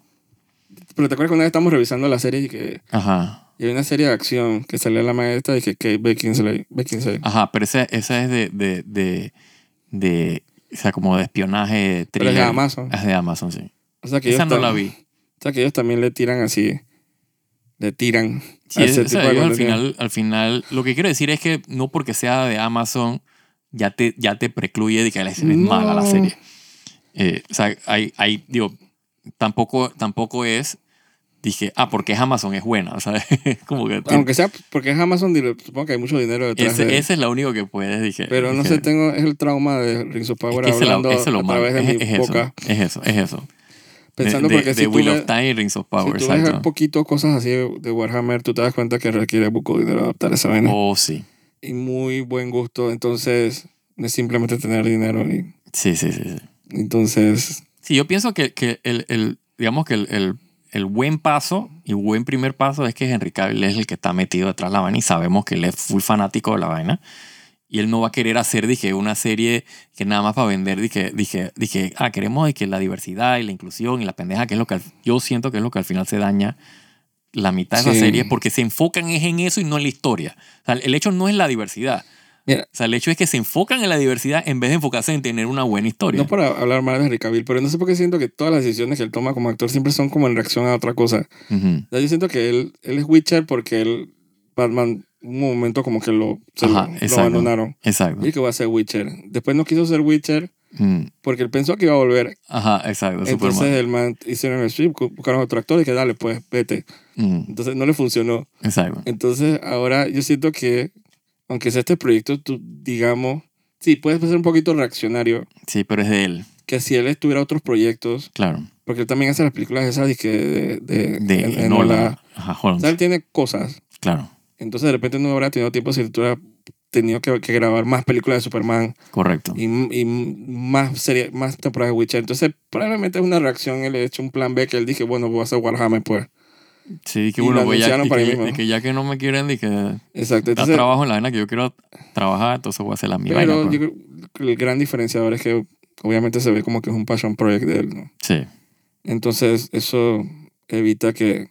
[SPEAKER 1] Pero te acuerdas que una vez estamos revisando la serie y que
[SPEAKER 2] Ajá.
[SPEAKER 1] y hay una serie de acción que salió la maestra y que Kate Beckinsale. Beckinsale.
[SPEAKER 2] Ajá, pero esa, esa es de, de, de, de- o sea, como de espionaje,
[SPEAKER 1] pero
[SPEAKER 2] thriller.
[SPEAKER 1] es de Amazon.
[SPEAKER 2] Es de Amazon, sí.
[SPEAKER 1] O sea que
[SPEAKER 2] Esa
[SPEAKER 1] ellos,
[SPEAKER 2] no
[SPEAKER 1] tam-
[SPEAKER 2] la vi.
[SPEAKER 1] O sea que ellos también le tiran así. Le tiran.
[SPEAKER 2] Sí,
[SPEAKER 1] a ese
[SPEAKER 2] o sea,
[SPEAKER 1] tipo de
[SPEAKER 2] ellos al
[SPEAKER 1] contenido.
[SPEAKER 2] final, al final, lo que quiero decir es que no porque sea de Amazon ya te, ya te precluye de que la serie
[SPEAKER 1] No.
[SPEAKER 2] es mala la serie. Eh, o sea, hay, hay, digo, tampoco, tampoco es, dije, ah, porque es Amazon, es buena. O sea, (laughs) es como que
[SPEAKER 1] Aunque sea porque es Amazon, dire- supongo que hay mucho dinero detrás.
[SPEAKER 2] ese,
[SPEAKER 1] de-
[SPEAKER 2] ese es la único que puedes, dije.
[SPEAKER 1] pero no
[SPEAKER 2] dije,
[SPEAKER 1] sé, tengo, es el trauma de Rings of
[SPEAKER 2] es
[SPEAKER 1] Power
[SPEAKER 2] que ese es la-
[SPEAKER 1] hablando
[SPEAKER 2] ese es lo
[SPEAKER 1] a
[SPEAKER 2] malo,
[SPEAKER 1] través de
[SPEAKER 2] es,
[SPEAKER 1] mi
[SPEAKER 2] es eso,
[SPEAKER 1] boca.
[SPEAKER 2] es eso, es eso.
[SPEAKER 1] Pensando
[SPEAKER 2] de,
[SPEAKER 1] porque
[SPEAKER 2] de,
[SPEAKER 1] si
[SPEAKER 2] de
[SPEAKER 1] tú
[SPEAKER 2] Wheel
[SPEAKER 1] ves-
[SPEAKER 2] of Time y Rings of Power,
[SPEAKER 1] si tú ves
[SPEAKER 2] exacto.
[SPEAKER 1] un poquito cosas así de, de Warhammer, tú te das cuenta que requiere poco dinero adaptar esa vaina.
[SPEAKER 2] Oh, sí.
[SPEAKER 1] y muy buen gusto. Entonces, no es simplemente tener dinero. Y,
[SPEAKER 2] Sí, sí, sí, sí.
[SPEAKER 1] entonces,
[SPEAKER 2] Sí, yo pienso que, que el, el- digamos que el, el- el buen paso y buen primer paso es que Henry Cavill es el que está metido detrás de la vaina y sabemos que él es full fanático de la vaina. Y él no va a querer hacer, dije, una serie que nada más para vender, dije, dije, dije, ah, queremos de que la diversidad y la inclusión y la pendeja, que es lo que al- yo siento que es lo que al final se daña la mitad de la
[SPEAKER 1] Sí.
[SPEAKER 2] serie porque se enfocan es en eso y no en la historia. O sea, el hecho no es la diversidad.
[SPEAKER 1] Mira.
[SPEAKER 2] O sea, el hecho es que se enfocan en la diversidad en vez de enfocarse en tener una buena historia.
[SPEAKER 1] No para hablar mal de Henry Cavill, pero no sé por qué siento que todas las decisiones que él toma como actor siempre son como en reacción a otra cosa.
[SPEAKER 2] Ujú.
[SPEAKER 1] O sea, yo siento que él, él es Witcher porque él, Batman, un momento como que lo, se
[SPEAKER 2] Ajá,
[SPEAKER 1] lo- lo,
[SPEAKER 2] exacto.
[SPEAKER 1] abandonaron.
[SPEAKER 2] Exacto.
[SPEAKER 1] Y que va a ser Witcher. Después no quiso ser Witcher
[SPEAKER 2] Mm.
[SPEAKER 1] porque él pensó que iba a volver.
[SPEAKER 2] Ajá, exacto.
[SPEAKER 1] Entonces
[SPEAKER 2] Superman.
[SPEAKER 1] el man hicieron el strip, buscaron otro actor y que dale, pues vete.
[SPEAKER 2] Mm.
[SPEAKER 1] Entonces no le funcionó.
[SPEAKER 2] Exacto.
[SPEAKER 1] Entonces ahora yo siento que, aunque sea este proyecto, tú, digamos, sí, puedes ser un poquito reaccionario.
[SPEAKER 2] Sí, pero es de él,
[SPEAKER 1] Que si él estuviera otros proyectos,
[SPEAKER 2] claro.
[SPEAKER 1] porque él también hace las películas esas de que de, de,
[SPEAKER 2] De
[SPEAKER 1] en- en
[SPEAKER 2] Nolan.
[SPEAKER 1] Nola.
[SPEAKER 2] Ajá,
[SPEAKER 1] O
[SPEAKER 2] Holmes.
[SPEAKER 1] sea, él tiene cosas.
[SPEAKER 2] Claro,
[SPEAKER 1] Entonces de repente no habrá tenido tiempo si tú hubieras tenido que, que grabar más películas de Superman
[SPEAKER 2] correcto.
[SPEAKER 1] y, y más serie, más temporadas de Witcher. Entonces probablemente es una reacción, él le hecho un plan B que él dije, bueno, voy a hacer Warhammer pues.
[SPEAKER 2] Sí, que
[SPEAKER 1] y
[SPEAKER 2] bueno,
[SPEAKER 1] lo
[SPEAKER 2] voy ya,
[SPEAKER 1] anunciaron
[SPEAKER 2] y
[SPEAKER 1] para
[SPEAKER 2] que,
[SPEAKER 1] ahí
[SPEAKER 2] ya-
[SPEAKER 1] mismo.
[SPEAKER 2] y que ya que no me quieren y que
[SPEAKER 1] Exacto.
[SPEAKER 2] da
[SPEAKER 1] Entonces,
[SPEAKER 2] trabajo en la vaina que yo quiero trabajar, entonces voy a hacer la mi vaina.
[SPEAKER 1] pero
[SPEAKER 2] pues.
[SPEAKER 1] yo creo que el gran diferenciador es que obviamente se ve como que es un passion project de él, ¿no?
[SPEAKER 2] Sí,
[SPEAKER 1] Entonces, eso evita que.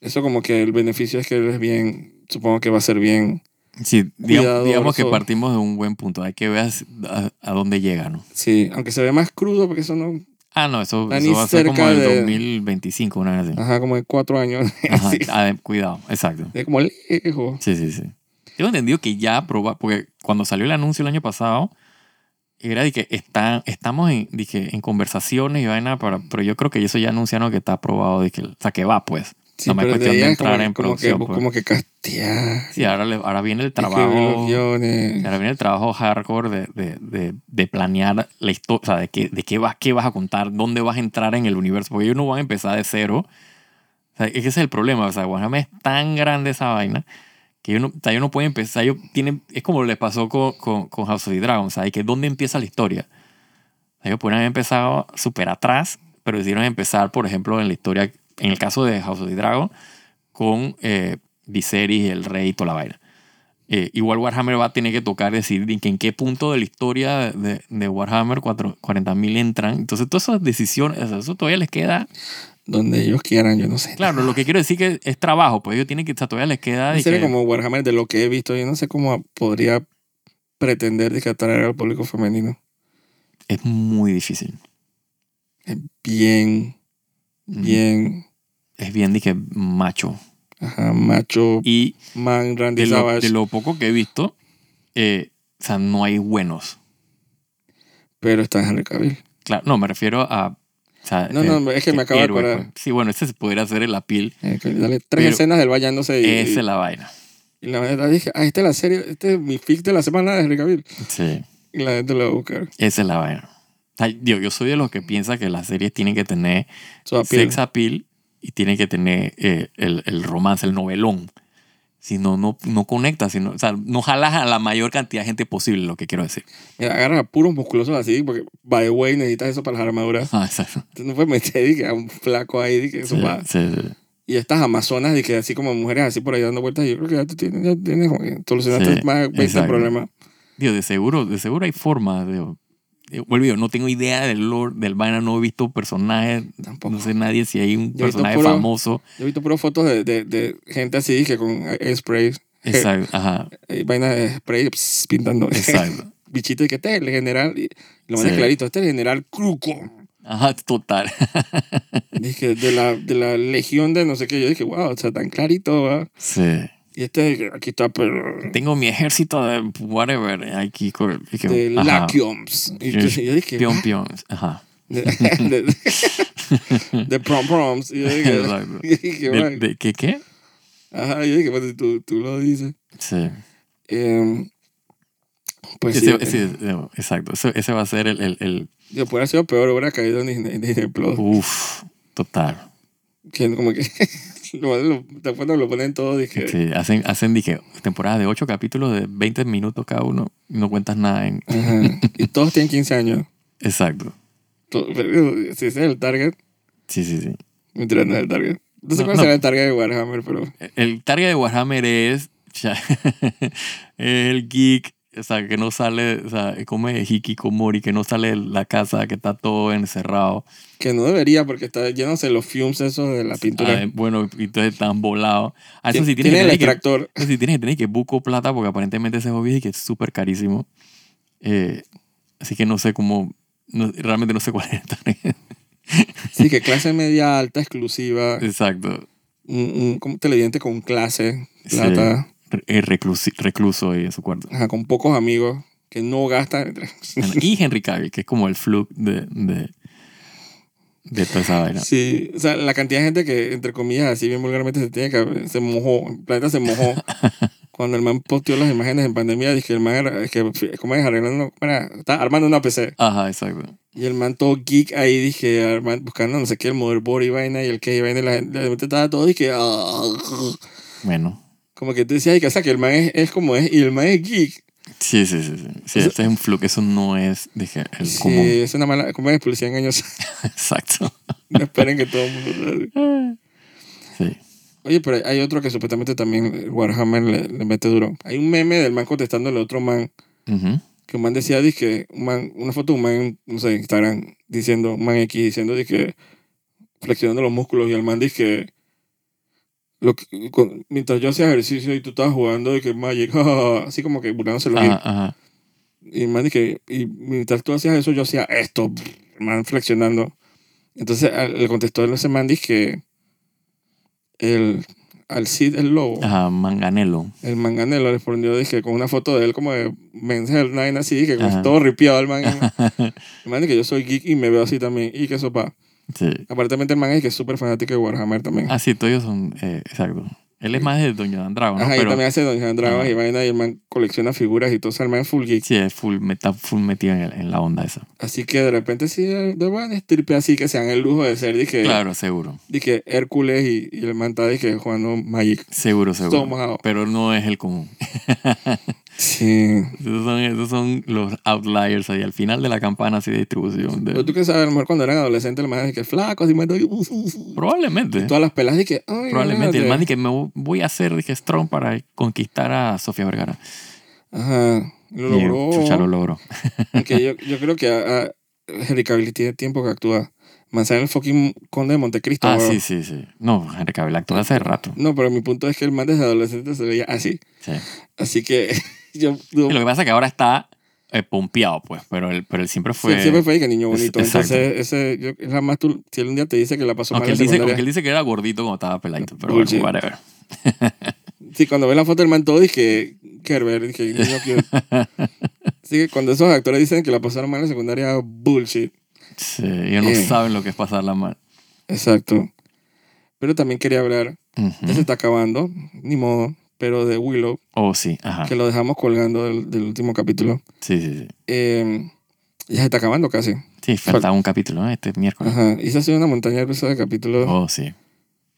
[SPEAKER 1] Eso, como que el beneficio es que él es bien. Supongo que va a ser bien.
[SPEAKER 2] sí digam- digamos, que
[SPEAKER 1] Cuidadoso.
[SPEAKER 2] partimos de un buen punto. Hay que ver a, a dónde llega, ¿no?
[SPEAKER 1] Sí, aunque se ve más crudo, porque eso no.
[SPEAKER 2] Ah, no, eso,
[SPEAKER 1] Está
[SPEAKER 2] eso
[SPEAKER 1] ni
[SPEAKER 2] va a ser como
[SPEAKER 1] cerca
[SPEAKER 2] el
[SPEAKER 1] de-
[SPEAKER 2] 2025, una vez así.
[SPEAKER 1] Ajá, como de cuatro años. (laughs)
[SPEAKER 2] Ajá,
[SPEAKER 1] Sí.
[SPEAKER 2] ah, cuidado, exacto.
[SPEAKER 1] Es como lejos.
[SPEAKER 2] Sí, sí, sí. Yo he entendido que ya proba, porque cuando salió el anuncio el año pasado, era de que está, estamos en, de que en conversaciones y vaina, para, pero yo creo que eso ya anunciaron que está aprobado, de que, o sea, que va, pues.
[SPEAKER 1] Sí,
[SPEAKER 2] No, más
[SPEAKER 1] pero
[SPEAKER 2] cuestión
[SPEAKER 1] de
[SPEAKER 2] de
[SPEAKER 1] ahí es
[SPEAKER 2] entrar
[SPEAKER 1] como,
[SPEAKER 2] en
[SPEAKER 1] como que,
[SPEAKER 2] producción, pues.
[SPEAKER 1] como que castear.
[SPEAKER 2] Sí, ahora, le- ahora viene el
[SPEAKER 1] escribir los
[SPEAKER 2] trabajo.
[SPEAKER 1] guiones.
[SPEAKER 2] Ahora viene el trabajo hardcore de, de, de, de planear la historia, o sea, de, qué, de qué, vas, qué vas a contar, dónde vas a entrar en el universo, porque ellos no van a empezar de cero. O sea, es que ese es el problema, o sea, Warhammer es tan grande esa vaina que ellos no, o sea, ellos no pueden empezar, ellos tienen, es como les pasó con, con, con House of the Dragon, o sea, de que dónde empieza la historia. O sea, ellos podrían haber empezado súper atrás, pero decidieron empezar, por ejemplo, en la historia, en el caso de House of the Dragon, con eh, Viserys, el rey y toda la vaina. Eh, igual Warhammer va a tener que tocar decir de que en qué punto de la historia de, de Warhammer cuatro- 40.000 entran. Entonces, todas esas decisiones, o sea, eso todavía les queda.
[SPEAKER 1] Donde ellos quieran, yo no sé.
[SPEAKER 2] Claro, lo que quiero decir que es trabajo, pues ellos tienen que, o sea, todavía les queda. de
[SPEAKER 1] En serio,
[SPEAKER 2] que-
[SPEAKER 1] como Warhammer, de lo que he visto, yo no sé cómo podría pretender de que atraer al público femenino.
[SPEAKER 2] Es muy difícil.
[SPEAKER 1] Bien,
[SPEAKER 2] Mm.
[SPEAKER 1] bien.
[SPEAKER 2] Es bien, dije, macho.
[SPEAKER 1] Ajá, macho,
[SPEAKER 2] Y
[SPEAKER 1] man, Randy
[SPEAKER 2] de lo,
[SPEAKER 1] Savage.
[SPEAKER 2] de lo poco que he visto, eh, o sea, no hay buenos.
[SPEAKER 1] Pero está Henry Cavill.
[SPEAKER 2] Claro, no, me refiero a. o sea,
[SPEAKER 1] No, no, es que me acabo de
[SPEAKER 2] Eh, héroe,
[SPEAKER 1] acordar.
[SPEAKER 2] pues. Sí, bueno, este se podría hacer en la piel.
[SPEAKER 1] Henry Cavill, Dale tres
[SPEAKER 2] Pero-
[SPEAKER 1] escenas del bañándose y,
[SPEAKER 2] Esa es la vaina.
[SPEAKER 1] y la verdad dije, ah, esta es la serie, este es mi fic de la semana de Henry Cavill.
[SPEAKER 2] Sí.
[SPEAKER 1] Y la gente lo va a buscar.
[SPEAKER 2] Esa es la vaina. O sea, Yo, yo soy de los que piensa que las series tienen que tener
[SPEAKER 1] Su appeal.
[SPEAKER 2] sex appeal y tienen que tener eh, el, el romance, el novelón. Si no, no, no conectas, sino, o sea, no jalas a la mayor cantidad de gente posible, lo que quiero decir. (laughs)
[SPEAKER 1] Mira, agarra Eh, a puros musculosos así, porque, by the way, necesitas eso para las
[SPEAKER 2] (laughs)
[SPEAKER 1] armaduras.
[SPEAKER 2] Ah, exacto.
[SPEAKER 1] Tú no puedes meter dije, a un flaco ahí, dije, eso
[SPEAKER 2] Sí,
[SPEAKER 1] va.
[SPEAKER 2] sí, sí.
[SPEAKER 1] Y estas amazonas, dije, así como mujeres así por ahí dando vueltas, yo creo que ya tú tienes, ya tienes como que solucionaste
[SPEAKER 2] Sí,
[SPEAKER 1] más este de 20
[SPEAKER 2] exacto.
[SPEAKER 1] problemas.
[SPEAKER 2] Digo, de seguro, de seguro hay formas. Digo, Eh, vuelvo y digo, no tengo idea del lore del vaina, no he visto personajes,
[SPEAKER 1] Tampoco.
[SPEAKER 2] no sé nadie si hay un
[SPEAKER 1] Yo he visto
[SPEAKER 2] personaje
[SPEAKER 1] puro-
[SPEAKER 2] famoso.
[SPEAKER 1] Yo he visto puras fotos de, de, de gente así, dije, con sprays,
[SPEAKER 2] Exacto,
[SPEAKER 1] (laughs)
[SPEAKER 2] ajá,
[SPEAKER 1] eh, vainas de spray pss, pintando. (laughs)
[SPEAKER 2] exacto.
[SPEAKER 1] bichito y que este es el general. Y lo más
[SPEAKER 2] Sí.
[SPEAKER 1] clarito, este es el general Cruco.
[SPEAKER 2] Ajá, total. (laughs)
[SPEAKER 1] Dije, de la, de la legión de no sé qué. Yo dije, wow, o sea, tan clarito, ¿verdad?
[SPEAKER 2] Sí.
[SPEAKER 1] Y este, aquí está, pero.
[SPEAKER 2] tengo mi ejército de whatever aquí con- y que-
[SPEAKER 1] De
[SPEAKER 2] ajá,
[SPEAKER 1] Lacioms. Y yo, yo dije,
[SPEAKER 2] pion pion ajá
[SPEAKER 1] (laughs) De, de, de Prom Proms. Y yo dije,
[SPEAKER 2] (laughs) Exacto.
[SPEAKER 1] yo dije,
[SPEAKER 2] De-
[SPEAKER 1] bueno,
[SPEAKER 2] de- ¿qué qué?
[SPEAKER 1] ajá, yo dije, bueno, tú, tú lo dices.
[SPEAKER 2] sí,
[SPEAKER 1] Em, pues sí,
[SPEAKER 2] Ese- ese- no, exacto Ese- ese va a ser el, el, el-
[SPEAKER 1] yo pudiera sido peor, hubiera caído en Disney- Disney Plus.
[SPEAKER 2] uf total
[SPEAKER 1] Que como que. (laughs) lo- lo- te acuerdas, lo ponen todo, dije.
[SPEAKER 2] Sí, hacen hacen dije temporadas de 8 capítulos de 20 minutos cada uno no cuentas nada en
[SPEAKER 1] Ajá. Y todos tienen 15 años.
[SPEAKER 2] exacto
[SPEAKER 1] To- pero Si ese es el target,
[SPEAKER 2] sí sí sí
[SPEAKER 1] mentira, no es el target. No sé
[SPEAKER 2] No,
[SPEAKER 1] cuál
[SPEAKER 2] no.
[SPEAKER 1] será el target de Warhammer, pero.
[SPEAKER 2] (laughs) el target de Warhammer es ya, el geek o sea, que no sale, o sea, como es hikikomori, que no sale de la casa, que está todo encerrado.
[SPEAKER 1] Que no debería porque está llenándose los fumes esos de la pintura.
[SPEAKER 2] Ah, bueno, y entonces están volados. Ah, eso sí tienes
[SPEAKER 1] tiene el
[SPEAKER 2] que tener que,
[SPEAKER 1] extractor.
[SPEAKER 2] eso sí tienes que tener que buco plata porque aparentemente ese hobby es que es súper carísimo. Eh, así que no sé cómo, no- realmente no sé cuál es.
[SPEAKER 1] Sí, que clase media alta, exclusiva.
[SPEAKER 2] Exacto.
[SPEAKER 1] Un, un- como un televidente con clase,
[SPEAKER 2] Sí.
[SPEAKER 1] plata,
[SPEAKER 2] Re- eh, reclusi- recluso ahí en su cuarto.
[SPEAKER 1] ajá, con pocos amigos que no gastan.
[SPEAKER 2] Y Henry Cavill, que es como el fluke de, de, de toda esa vaina.
[SPEAKER 1] Sí, o sea, la cantidad de gente que, entre comillas, así bien vulgarmente se tiene que. Se mojó, el planeta se
[SPEAKER 2] (laughs)
[SPEAKER 1] mojó. Cuando el man posteó las imágenes en pandemia, dije, el man, era- es que, ¿cómo es? Arreglando, ¿cómo era? Está armando una PC.
[SPEAKER 2] Ajá, exacto.
[SPEAKER 1] Y el man todo geek ahí, dije, armando, buscando no sé qué, el motherboard y vaina, y el que y vaina, y la gente, la gente estaba todo, dije, "Ah".
[SPEAKER 2] Bueno.
[SPEAKER 1] como que tú decías, "Ay, que, o sea, que el man es, es como es, y el man es geek.
[SPEAKER 2] Sí, sí, sí. sí. sí
[SPEAKER 1] O sea-
[SPEAKER 2] este es un fluke, eso no es, dije, el
[SPEAKER 1] Sí,
[SPEAKER 2] común. (laughs)
[SPEAKER 1] es una mala, como es policía engañosa. (laughs)
[SPEAKER 2] Exacto.
[SPEAKER 1] no esperen que todo el mundo...
[SPEAKER 2] Sí.
[SPEAKER 1] Oye, pero hay otro que supuestamente también eh, Warhammer le, le mete duro. Hay un meme del man contestándole a otro man.
[SPEAKER 2] Ujú.
[SPEAKER 1] Que un man decía, dije, un man, una foto de un man, en, no sé, Instagram, diciendo, un man X, diciendo, dije, flexionando los músculos. Y el man dije, lo que- con- mientras yo hacía ejercicio y tú estabas jugando, dije, Magic, (laughs) así como que burlándose los
[SPEAKER 2] Ajá, ajá.
[SPEAKER 1] y el man dije, y mientras tú hacías eso, yo hacía esto, el man flexionando. Entonces al- le contestó ese man, dije, el, al Cid, el lobo.
[SPEAKER 2] Ajá, manganelo.
[SPEAKER 1] El manganelo le respondió, dije, con una foto de él como de Men's Health Nine, así, dije, como
[SPEAKER 2] Ajá.
[SPEAKER 1] todo ripiado el man. El man, que yo soy geek y me veo así también, y que sopa.
[SPEAKER 2] (laughs) sí.
[SPEAKER 1] Aparentemente el man es que es súper fanático de Warhammer también.
[SPEAKER 2] Ah, sí, todos ellos son, eh, exacto. Él es más de Doña Dan Dragon, ¿no?
[SPEAKER 1] Ajá, y
[SPEAKER 2] Pero
[SPEAKER 1] también hace Don Dragon
[SPEAKER 2] Ajá.
[SPEAKER 1] y vaina, y el man colecciona figuras y todo, o sea, el man es full geek.
[SPEAKER 2] sí, es full, meta, full metido en, el- en la onda esa.
[SPEAKER 1] Así que de repente sí, de buen estirpe así, que se dan el lujo de ser, dije,
[SPEAKER 2] Claro, seguro.
[SPEAKER 1] dije Hércules y, y el man está, dije, jugando Magic.
[SPEAKER 2] Seguro, seguro.
[SPEAKER 1] Somehow.
[SPEAKER 2] Pero no es el común. (laughs)
[SPEAKER 1] Sí.
[SPEAKER 2] Esos son, esos son los outliers ahí, al final de la campana así de distribución. de-
[SPEAKER 1] Pero tú que sabes, a lo mejor cuando eran adolescentes, el man es que flaco, así, man, doy, uh, uh, uh.
[SPEAKER 2] Probablemente.
[SPEAKER 1] todas las pelas, dije, ay,
[SPEAKER 2] Probablemente. El
[SPEAKER 1] espérate.
[SPEAKER 2] man que me vo- voy a hacer, dije, strong para conquistar a Sofía Vergara.
[SPEAKER 1] Ajá, lo
[SPEAKER 2] Y,
[SPEAKER 1] logró.
[SPEAKER 2] Chucha
[SPEAKER 1] (laughs)
[SPEAKER 2] lo logró.
[SPEAKER 1] Aunque yo, yo creo que a, a Henry Cavill tiene tiempo que actúa. Manzana el fucking conde de Montecristo.
[SPEAKER 2] Ah,
[SPEAKER 1] weón.
[SPEAKER 2] sí, sí, sí. No, Henry Cavill actuó hace rato.
[SPEAKER 1] No, pero mi punto es que el man desde adolescente se veía así.
[SPEAKER 2] Sí.
[SPEAKER 1] Así que (laughs) yo dudo-
[SPEAKER 2] Y lo que pasa es que ahora está eh, pompeado, pues, pero él, pero él siempre
[SPEAKER 1] sí,
[SPEAKER 2] fue...
[SPEAKER 1] siempre fue ahí que niño bonito.
[SPEAKER 2] es- exacto.
[SPEAKER 1] Entonces, ese, yo, jamás tú, si él un día te dice que la pasó mal
[SPEAKER 2] aunque,
[SPEAKER 1] en
[SPEAKER 2] él dice,
[SPEAKER 1] secundaria.
[SPEAKER 2] aunque él dice que era gordito cuando estaba peladito, pero
[SPEAKER 1] Bullshit.
[SPEAKER 2] bueno, whatever.
[SPEAKER 1] Sí, cuando ve la foto del man todo, dije, Kerber, dije, niño
[SPEAKER 2] (laughs)
[SPEAKER 1] cute. Así que cuando esos actores dicen que la pasaron mal en secundaria, bullshit.
[SPEAKER 2] Sí, ellos no
[SPEAKER 1] Bien.
[SPEAKER 2] saben lo que es pasarla mal.
[SPEAKER 1] Exacto. Pero también quería hablar, ya se
[SPEAKER 2] Ujú.
[SPEAKER 1] está acabando, ni modo, pero de Willow.
[SPEAKER 2] Oh, sí, ajá.
[SPEAKER 1] que lo dejamos colgando del, del último capítulo.
[SPEAKER 2] Sí, sí, sí.
[SPEAKER 1] Eh, ya se está acabando casi.
[SPEAKER 2] Sí, faltaba un capítulo, ¿no? Este miércoles.
[SPEAKER 1] Ajá. Y se ha sido una montaña rusa de capítulos.
[SPEAKER 2] Oh, sí.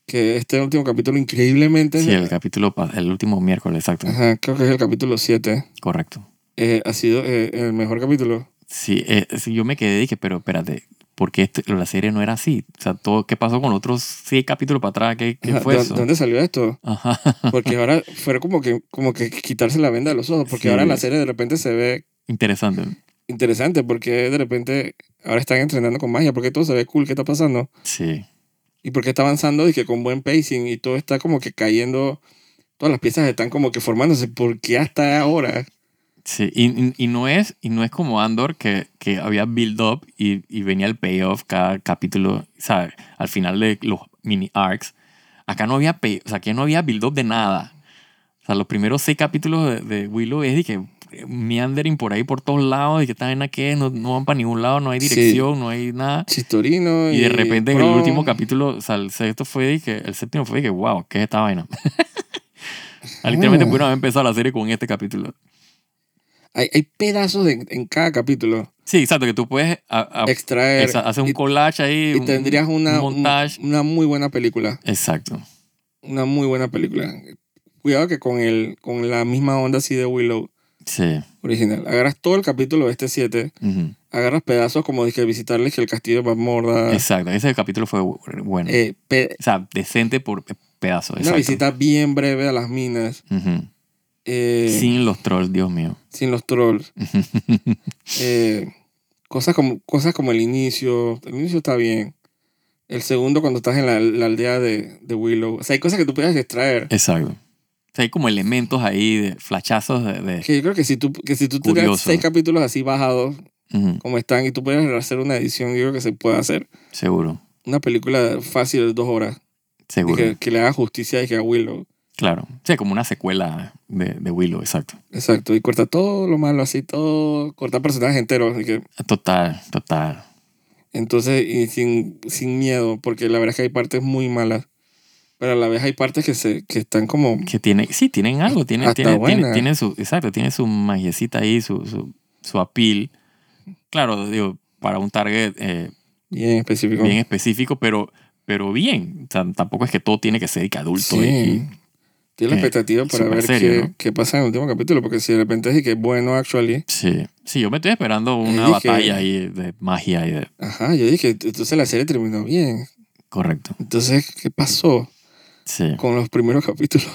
[SPEAKER 1] Que este último capítulo, increíblemente.
[SPEAKER 2] Sí, el capítulo, pa- el último miércoles, exacto.
[SPEAKER 1] ah. Ajá, creo que es el capítulo 7.
[SPEAKER 2] Correcto.
[SPEAKER 1] eh, ha sido eh, el mejor capítulo.
[SPEAKER 2] Sí, eh, sí, yo me quedé y dije, pero espérate, ¿por qué este- la serie no era así? O sea, todo, ¿qué pasó con otros seis capítulos para atrás? ¿Qué, qué
[SPEAKER 1] Ajá,
[SPEAKER 2] fue
[SPEAKER 1] ¿dó-
[SPEAKER 2] eso?
[SPEAKER 1] ¿Dónde salió esto?
[SPEAKER 2] Ajá. (laughs)
[SPEAKER 1] Porque ahora fue como que, como que quitarse la venda de los ojos. Porque
[SPEAKER 2] Sí.
[SPEAKER 1] ahora la serie de repente se ve
[SPEAKER 2] Interesante.
[SPEAKER 1] interesante. Porque de repente ahora están entrenando con magia. Porque todo se ve cool. ¿Qué está pasando?
[SPEAKER 2] Sí,
[SPEAKER 1] y porque está avanzando y que con buen pacing y todo está como que cayendo, todas las piezas están como que formándose, ¿por qué hasta ahora?
[SPEAKER 2] sí. Y, y- y no, es, y no es como Andor que, que había build-up y, y venía el payoff cada capítulo, o sea, al final de los mini arcs. Acá no había, pay- o sea, aquí no había build-up de nada. O sea, los primeros seis capítulos de, de Willow es de que eh, meandering por ahí, por todos lados, de que están en que no, no van para ningún lado, no hay
[SPEAKER 1] Sí.
[SPEAKER 2] dirección, no hay nada.
[SPEAKER 1] Chistorino. Y,
[SPEAKER 2] Y de repente en el
[SPEAKER 1] Bron.
[SPEAKER 2] último capítulo, o sea, el sexto fue de que, el séptimo fue de que, wow, ¿qué es esta vaina? (laughs) Literalmente
[SPEAKER 1] Ah.
[SPEAKER 2] pudieron haber empezado la serie con este capítulo.
[SPEAKER 1] Hay, hay pedazos de- en cada capítulo.
[SPEAKER 2] Sí, exacto, que tú puedes a- a-
[SPEAKER 1] Extraer.
[SPEAKER 2] exa- hacer Ah, un
[SPEAKER 1] y,
[SPEAKER 2] collage ahí.
[SPEAKER 1] y
[SPEAKER 2] un-
[SPEAKER 1] tendrías una,
[SPEAKER 2] un montaje.
[SPEAKER 1] un- una muy buena película.
[SPEAKER 2] Exacto.
[SPEAKER 1] Una muy buena película. Cuidado que con, el, con la misma onda así de Willow
[SPEAKER 2] Sí.
[SPEAKER 1] original. Agarras todo el capítulo de este 7,
[SPEAKER 2] ujú.
[SPEAKER 1] agarras pedazos como dije visitarles que el castillo de Batmorda.
[SPEAKER 2] Exacto. Ese capítulo fue bu- bueno.
[SPEAKER 1] Ah. eh, pe-
[SPEAKER 2] o sea, decente por pe- pedazo.
[SPEAKER 1] una
[SPEAKER 2] exacto.
[SPEAKER 1] visita bien breve a las minas.
[SPEAKER 2] Ujú.
[SPEAKER 1] eh,
[SPEAKER 2] Sin los trolls, Dios mío.
[SPEAKER 1] sin los
[SPEAKER 2] (laughs)
[SPEAKER 1] trolls. Eh, cosas, como, cosas como el inicio. El inicio está bien. El segundo, cuando estás en la, la aldea de, de Willow. O sea, hay cosas que tú puedes extraer.
[SPEAKER 2] Exacto. O sea, hay como elementos ahí de flachazos de... de-
[SPEAKER 1] Que yo creo que si tú, que si tú tuvieras
[SPEAKER 2] Curioso.
[SPEAKER 1] seis capítulos así bajados,
[SPEAKER 2] Ujú,
[SPEAKER 1] como están, y tú puedes hacer una edición, yo creo que se puede hacer.
[SPEAKER 2] seguro,
[SPEAKER 1] Una película fácil de dos horas. Y
[SPEAKER 2] seguro.
[SPEAKER 1] que, que le haga justicia y que a Willow.
[SPEAKER 2] Claro. O sea, como una secuela de, de Willow, exacto.
[SPEAKER 1] Exacto. Y corta todo lo malo, así todo. Corta personajes enteros. y que-
[SPEAKER 2] Total, total.
[SPEAKER 1] entonces, y sin, sin miedo, porque la verdad es que hay partes muy malas. Pero a la vez hay partes que, se, que están como.
[SPEAKER 2] Que tiene, sí, tienen algo, tienen,
[SPEAKER 1] Hasta
[SPEAKER 2] tienen,
[SPEAKER 1] buena.
[SPEAKER 2] tienen, tienen su, exacto, tienen su magiecita ahí, su, su, su appeal. Claro, digo, para un target eh,
[SPEAKER 1] Bien específico.
[SPEAKER 2] bien específico, pero, pero bien. O sea, tampoco es que todo tiene que ser y que adulto.
[SPEAKER 1] Sí.
[SPEAKER 2] y- y-
[SPEAKER 1] Tiene la
[SPEAKER 2] eh,
[SPEAKER 1] expectativa para
[SPEAKER 2] súper
[SPEAKER 1] ver
[SPEAKER 2] serio,
[SPEAKER 1] qué,
[SPEAKER 2] ¿no?
[SPEAKER 1] qué pasa en el último capítulo, porque si de repente es que bueno, actually.
[SPEAKER 2] sí. Sí, yo me estoy esperando una
[SPEAKER 1] dije-
[SPEAKER 2] batalla ahí de magia y de...
[SPEAKER 1] Ajá, yo dije, entonces la serie terminó bien.
[SPEAKER 2] Correcto.
[SPEAKER 1] Entonces, ¿qué pasó
[SPEAKER 2] Sí.
[SPEAKER 1] con los primeros (laughs) capítulos?